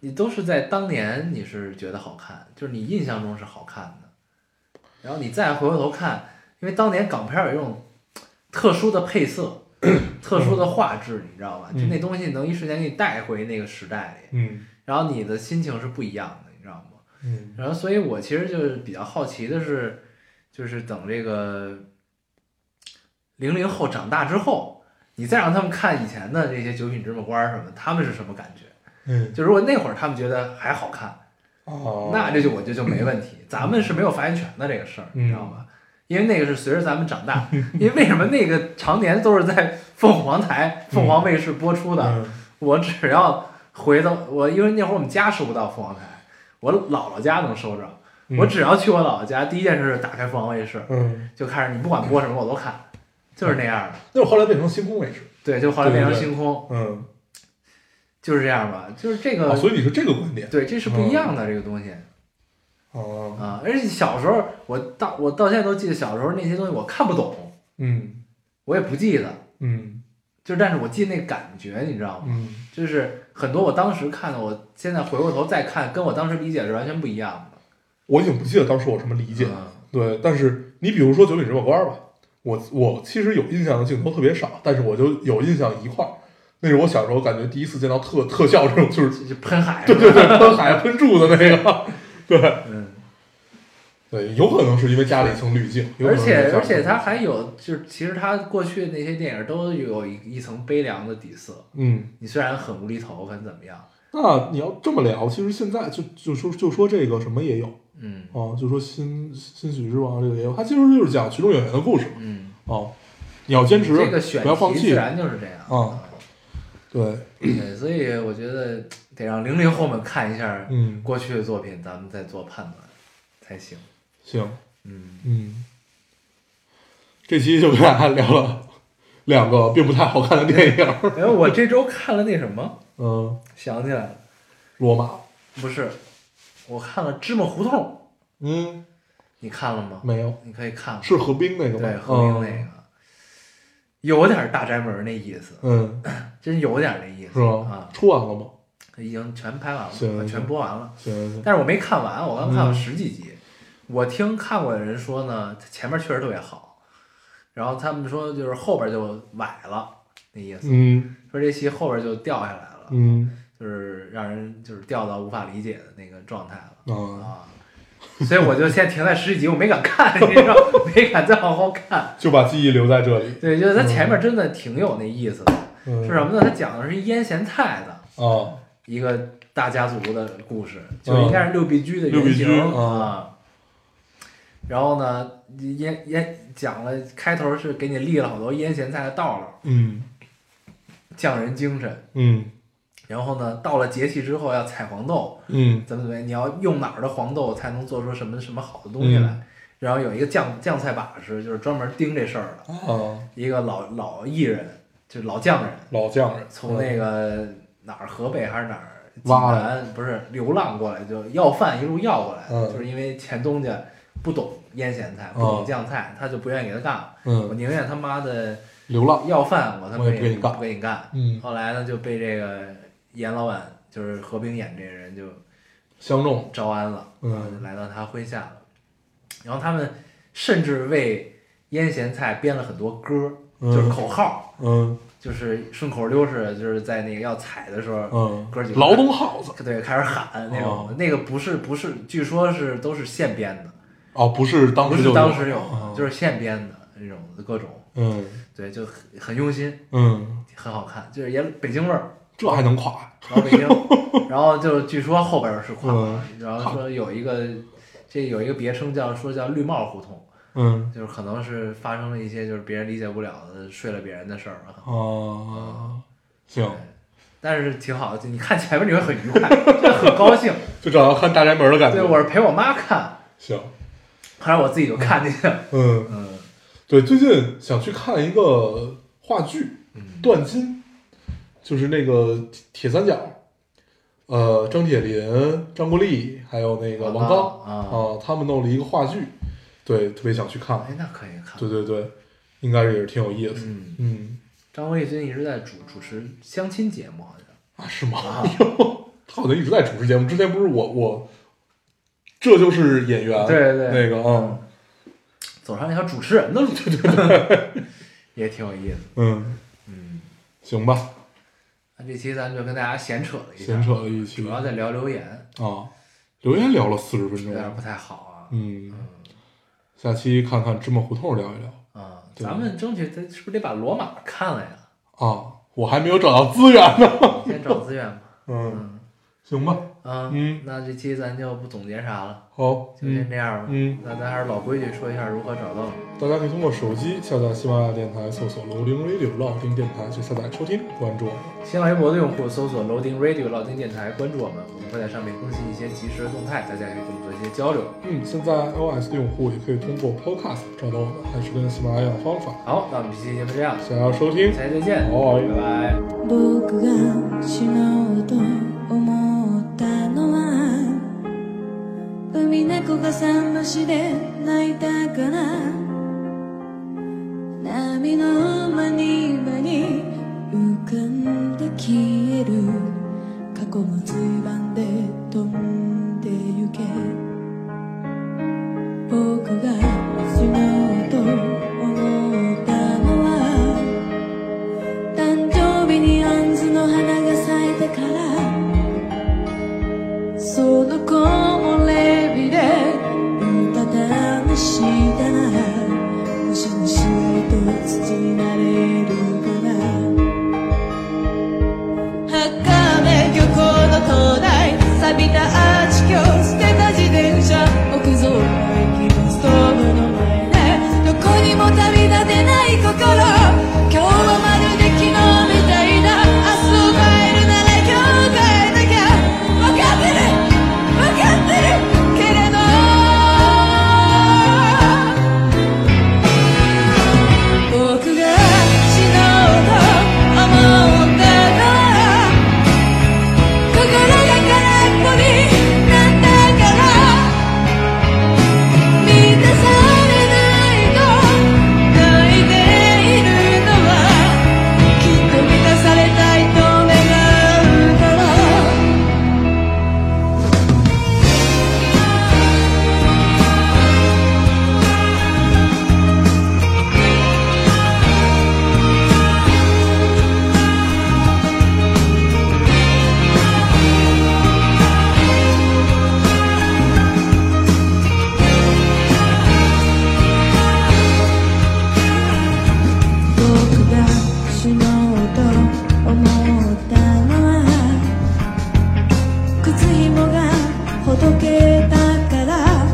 Speaker 2: 你都是在当年你是觉得好看，就是你印象中是好看的，然后你再回过头看，因为当年港片儿有一种特殊的配色、特殊的画质，你知道吧？就那东西能一瞬间给你带回那个时代里，
Speaker 1: 嗯
Speaker 2: 然后你的心情是不一样的，你知道吗？
Speaker 1: 嗯
Speaker 2: 然后，所以我其实就是比较好奇的是，就是等这个零零后长大之后，你再让他们看以前的这些九品芝麻官儿什么，他们是什么感觉？
Speaker 1: 嗯
Speaker 2: 就如果那会儿他们觉得还好看，
Speaker 1: 哦，
Speaker 2: 那这就我觉得就没问题。咱们是没有发言权的这个事儿，你知道
Speaker 1: 嗯
Speaker 2: 吗？因为那个是随着咱们长大，因为为什么那个常年都是在凤凰台、凤凰卫视播出的，
Speaker 1: 嗯
Speaker 2: 我只要回到我，因为那会儿我们家收不到凤凰台，我姥姥家能收着。
Speaker 1: 嗯
Speaker 2: 我只要去我姥姥家，第一件事是打开凤凰卫视，
Speaker 1: 嗯，
Speaker 2: 就开始你不管播什么我都看，就是那样的。
Speaker 1: 那我后来变成星空卫视，
Speaker 2: 对，就后来变成
Speaker 1: 对对
Speaker 2: 星空，
Speaker 1: 嗯，
Speaker 2: 就是这样吧，就是这个，
Speaker 1: 啊，所以你是这个观点
Speaker 2: 对，这是不
Speaker 1: 嗯
Speaker 2: 一样的、这个东西
Speaker 1: 哦，
Speaker 2: 啊。而且小时候我到我到现在都记得小时候那些东西我看不懂，
Speaker 1: 嗯
Speaker 2: 我也不记得，
Speaker 1: 嗯
Speaker 2: 就是但是我记那感觉，你知道吗？
Speaker 1: 嗯
Speaker 2: 就是很多我当时看的，我现在回过头再看，跟我当时理解是完全不一样的。
Speaker 1: 我已经不记得当时我什么理解了，
Speaker 2: 嗯
Speaker 1: 对，但是你比如说《九品芝麻官》吧，我我其实有印象的镜头特别少，但是我就有印象一块儿，那是我小时候感觉第一次见到特特效这种，就是
Speaker 2: 就就喷海，
Speaker 1: 对对对，喷海喷柱的那个， 对
Speaker 2: 嗯。
Speaker 1: 对，有可能是因为加了一层滤镜，有可
Speaker 2: 而
Speaker 1: 能是加了一
Speaker 2: 且
Speaker 1: 层
Speaker 2: 而且他还有，就是其实他过去那些电影都有一一层悲凉的底色。
Speaker 1: 嗯。
Speaker 2: 你虽然很无厘头，很怎么样，
Speaker 1: 那你要这么聊，其实现在就就说就说这个什么也有
Speaker 2: 嗯
Speaker 1: 啊，就说新新喜剧之王这个也有，它其实就是讲群众演员的故事
Speaker 2: 嗯，
Speaker 1: 啊。你要坚持，
Speaker 2: 这个选
Speaker 1: 不要放
Speaker 2: 题自
Speaker 1: 弃，
Speaker 2: 然就是这样嗯
Speaker 1: 嗯。对，
Speaker 2: 对，所以我觉得得让零零后们看一下
Speaker 1: 嗯，
Speaker 2: 过去的作品，咱们再做判断才行。
Speaker 1: 行，
Speaker 2: 嗯，
Speaker 1: 嗯，这期就跟大家聊了 两个并不太好看的电影，
Speaker 2: 哎，我这周看了那什么，
Speaker 1: 嗯，
Speaker 2: 想起来了，
Speaker 1: 罗马，
Speaker 2: 不是，我看了《芝麻胡同》，
Speaker 1: 嗯，
Speaker 2: 你看了吗？
Speaker 1: 没有，
Speaker 2: 你可以看看，
Speaker 1: 是何冰那个吗？
Speaker 2: 对，何冰那
Speaker 1: 嗯
Speaker 2: 个，有点大宅门那意思。
Speaker 1: 嗯，
Speaker 2: 真有点那意思
Speaker 1: 是吧
Speaker 2: 啊？，
Speaker 1: 出完了吗？
Speaker 2: 已经全拍完了，
Speaker 1: 行
Speaker 2: 啊全播完了，
Speaker 1: 行行，
Speaker 2: 但是我没看完，我刚看了
Speaker 1: 嗯
Speaker 2: 十几集。我听看过的人说呢，它前面确实特别好，然后他们说就是后边就崴了，那意思，
Speaker 1: 嗯
Speaker 2: 说这戏后边就掉下来了，
Speaker 1: 嗯
Speaker 2: 就是让人就是掉到无法理解的那个状态了
Speaker 1: 啊，
Speaker 2: 啊。所以我就现在停在十几集，我没敢看，你知道，没敢再往后看。
Speaker 1: 就把记忆留在这里，
Speaker 2: 对，就是它前面真的挺有那意思的，
Speaker 1: 嗯
Speaker 2: 是什啊么呢？它讲的是腌咸菜的，
Speaker 1: 啊。
Speaker 2: 一个大家族的故事，就是应该是六必居的
Speaker 1: 嗯六必
Speaker 2: 原
Speaker 1: 居
Speaker 2: 型
Speaker 1: 啊
Speaker 2: 啊。然后呢，腌腌讲了开头是给你立了好多腌咸菜的道了，
Speaker 1: 嗯
Speaker 2: 匠人精神。
Speaker 1: 嗯
Speaker 2: 然后呢，到了节气之后要采黄豆，
Speaker 1: 嗯
Speaker 2: 怎么怎么样，你要用哪儿的黄豆才能做出什么什么好的东西
Speaker 1: 嗯
Speaker 2: 来？然后有一个酱酱菜把式，就是专门盯这事儿的，
Speaker 1: 啊，
Speaker 2: 一个老老艺人，就是老匠人，
Speaker 1: 老匠人
Speaker 2: 从那个哪儿河北还是哪儿济
Speaker 1: 挖了
Speaker 2: 南不是流浪过来，就要饭一路要过来，
Speaker 1: 嗯
Speaker 2: 就是因为前东家不懂腌咸菜，不
Speaker 1: 嗯
Speaker 2: 懂酱菜，他就不愿意给他干了。我
Speaker 1: 嗯，
Speaker 2: 宁愿他妈的
Speaker 1: 流浪，
Speaker 2: 要饭，我他妈
Speaker 1: 我也不给你干
Speaker 2: 不给你干。
Speaker 1: 嗯，
Speaker 2: 后来呢，就被这个严老板，就是何冰演这个人就
Speaker 1: 相中，
Speaker 2: 招安了，
Speaker 1: 嗯
Speaker 2: 然后就来到他麾下了。然后他们甚至为腌咸菜编了很多歌，
Speaker 1: 嗯
Speaker 2: 就是口号。
Speaker 1: 嗯
Speaker 2: 就是顺口溜似的，就是在那个要踩的时候，
Speaker 1: 嗯
Speaker 2: 哥几，个
Speaker 1: 劳动号子
Speaker 2: 对开始喊那种，
Speaker 1: 哦
Speaker 2: 那个不是不是，据说是都是现编的，
Speaker 1: 哦，不是当
Speaker 2: 不
Speaker 1: 时
Speaker 2: 是
Speaker 1: 就
Speaker 2: 当时有，
Speaker 1: 哦
Speaker 2: 就是现编的那种各种，
Speaker 1: 嗯
Speaker 2: 对，就很很用心，
Speaker 1: 嗯，
Speaker 2: 很好看，就是也北京味儿，
Speaker 1: 这还能垮？
Speaker 2: 老北京，然后就据说后边是垮了，
Speaker 1: 嗯
Speaker 2: 然后说有一个这有一个别称叫说叫绿帽胡同，
Speaker 1: 嗯
Speaker 2: 就是可能是发生了一些就是别人理解不了的睡了别人的事儿啊，
Speaker 1: 哦，行，
Speaker 2: 但是挺好的，就你看前面你会很愉快，就很高兴。
Speaker 1: 就找到看大宅门的感觉。
Speaker 2: 对，我是陪我妈看，
Speaker 1: 行，
Speaker 2: 后来我自己就看那个，
Speaker 1: 嗯，
Speaker 2: 嗯，
Speaker 1: 对，最近想去看一个话剧，
Speaker 2: 嗯
Speaker 1: 断金》，就是那个铁三角，呃，张铁林、张国立还有那个王刚
Speaker 2: 啊，
Speaker 1: 啊，他们弄了一个话剧，对，特别想去看。
Speaker 2: 哎，那可以看，
Speaker 1: 对对对，应该是也是挺有意思。
Speaker 2: 嗯，
Speaker 1: 嗯，
Speaker 2: 张国立最近一直在主主持相亲节目，好像
Speaker 1: 啊，是吗？
Speaker 2: 啊，
Speaker 1: 他好像一直在主持节目，之前不是我我，这就是演员，
Speaker 2: 对对对
Speaker 1: 那个啊，
Speaker 2: 走上一条主持人的路，对对对， 也挺有意思，
Speaker 1: 嗯，
Speaker 2: 嗯，
Speaker 1: 行吧，
Speaker 2: 那这期咱就跟大家闲扯了一下，
Speaker 1: 闲扯了一期
Speaker 2: 主要
Speaker 1: 啊，
Speaker 2: 在聊留言，
Speaker 1: 留言聊了四十分
Speaker 2: 有点
Speaker 1: 钟，
Speaker 2: 不太好啊，
Speaker 1: 嗯，
Speaker 2: 嗯
Speaker 1: 下期看看芝麻胡同聊一聊
Speaker 2: 啊，
Speaker 1: 对
Speaker 2: 咱们争取咱是不是得把罗马看了呀？
Speaker 1: 啊，我还没有找到资源呢，
Speaker 2: 先找资源吧，
Speaker 1: 嗯，
Speaker 2: 嗯
Speaker 1: 行吧，
Speaker 2: 啊，
Speaker 1: 嗯
Speaker 2: 那这期咱就不总结啥了，
Speaker 1: 好，
Speaker 2: 就先
Speaker 1: 嗯
Speaker 2: 这样吧，
Speaker 1: 嗯，
Speaker 2: 那咱还是老规矩，说一下如何找到我们。
Speaker 1: 大家可以通过手机下载喜马拉雅电台，搜索“楼林 radio” 老丁电台去下载收听，关注我们。
Speaker 2: 新浪微博的用户搜索 Loading Radio 老丁电台，关注我们，我们会在上面更新一些即时的动态，大家可以跟我们做一些交流。
Speaker 1: 嗯，现在 iOS 的用户也可以通过 Podcast 找到我们，还是跟喜马拉雅的方法。
Speaker 2: 好，那我们这期节目这样，
Speaker 1: 想要收听，
Speaker 2: 下期再见，
Speaker 1: 好
Speaker 2: 拜拜。
Speaker 3: 僕が死のうと思ったのは海猫が桟橋で泣いたから波の間に間に浮かんで消える過去も随伴で飛んでゆけ僕が死のうと思ったのは誕生日にアンズの花が咲いてからその子もレビでうたた寝したなら星にしないと土になれるから墓目漁港の灯台錆びたアーチ橋捨てた自転車木造の駅のストーブの前でどこにも旅立てない心今日はまるで昨日みたいだ明日を変えるなら今日変えなきゃ分かってる分かってるけれど僕が死のうと思ったのは心が空っぽになったから満たされないと泣いているのはきっと満たされたいと願うから僕が死のうと思ったのは靴ひもがほどけたから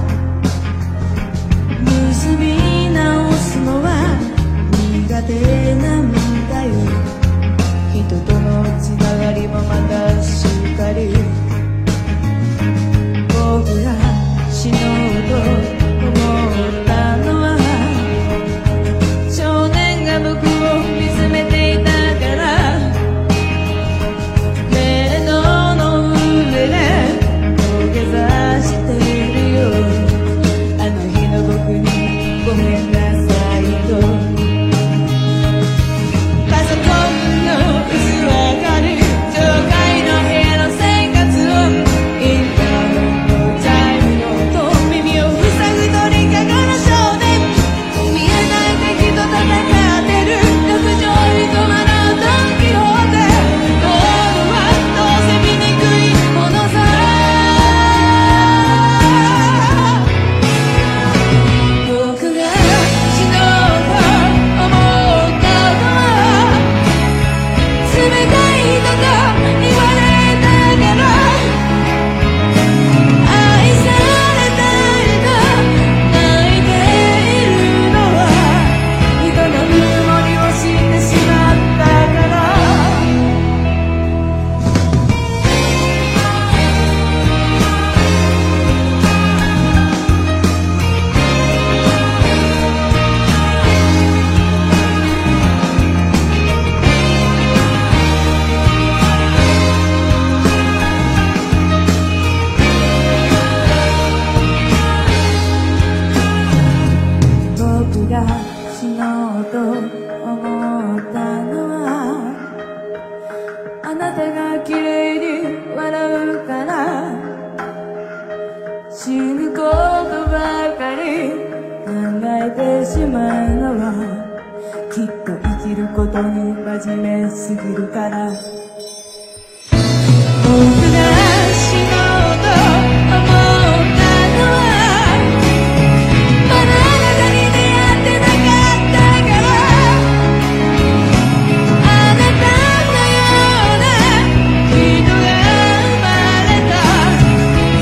Speaker 3: 結び直すのは苦手なんだよ人とのつながりもまたしっかり僕が死のうと思ったのは少年が僕を見つめていたから目の上ぎることに真面目すぎるから僕が死のうと思ったのはまだあなたに出会ってなかったからあなたのような人が生まれた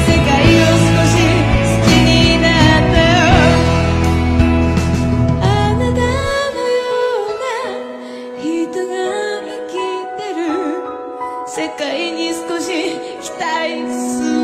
Speaker 3: 世界を少し好きになったよあなたのような人が生きてる世界に少し期待する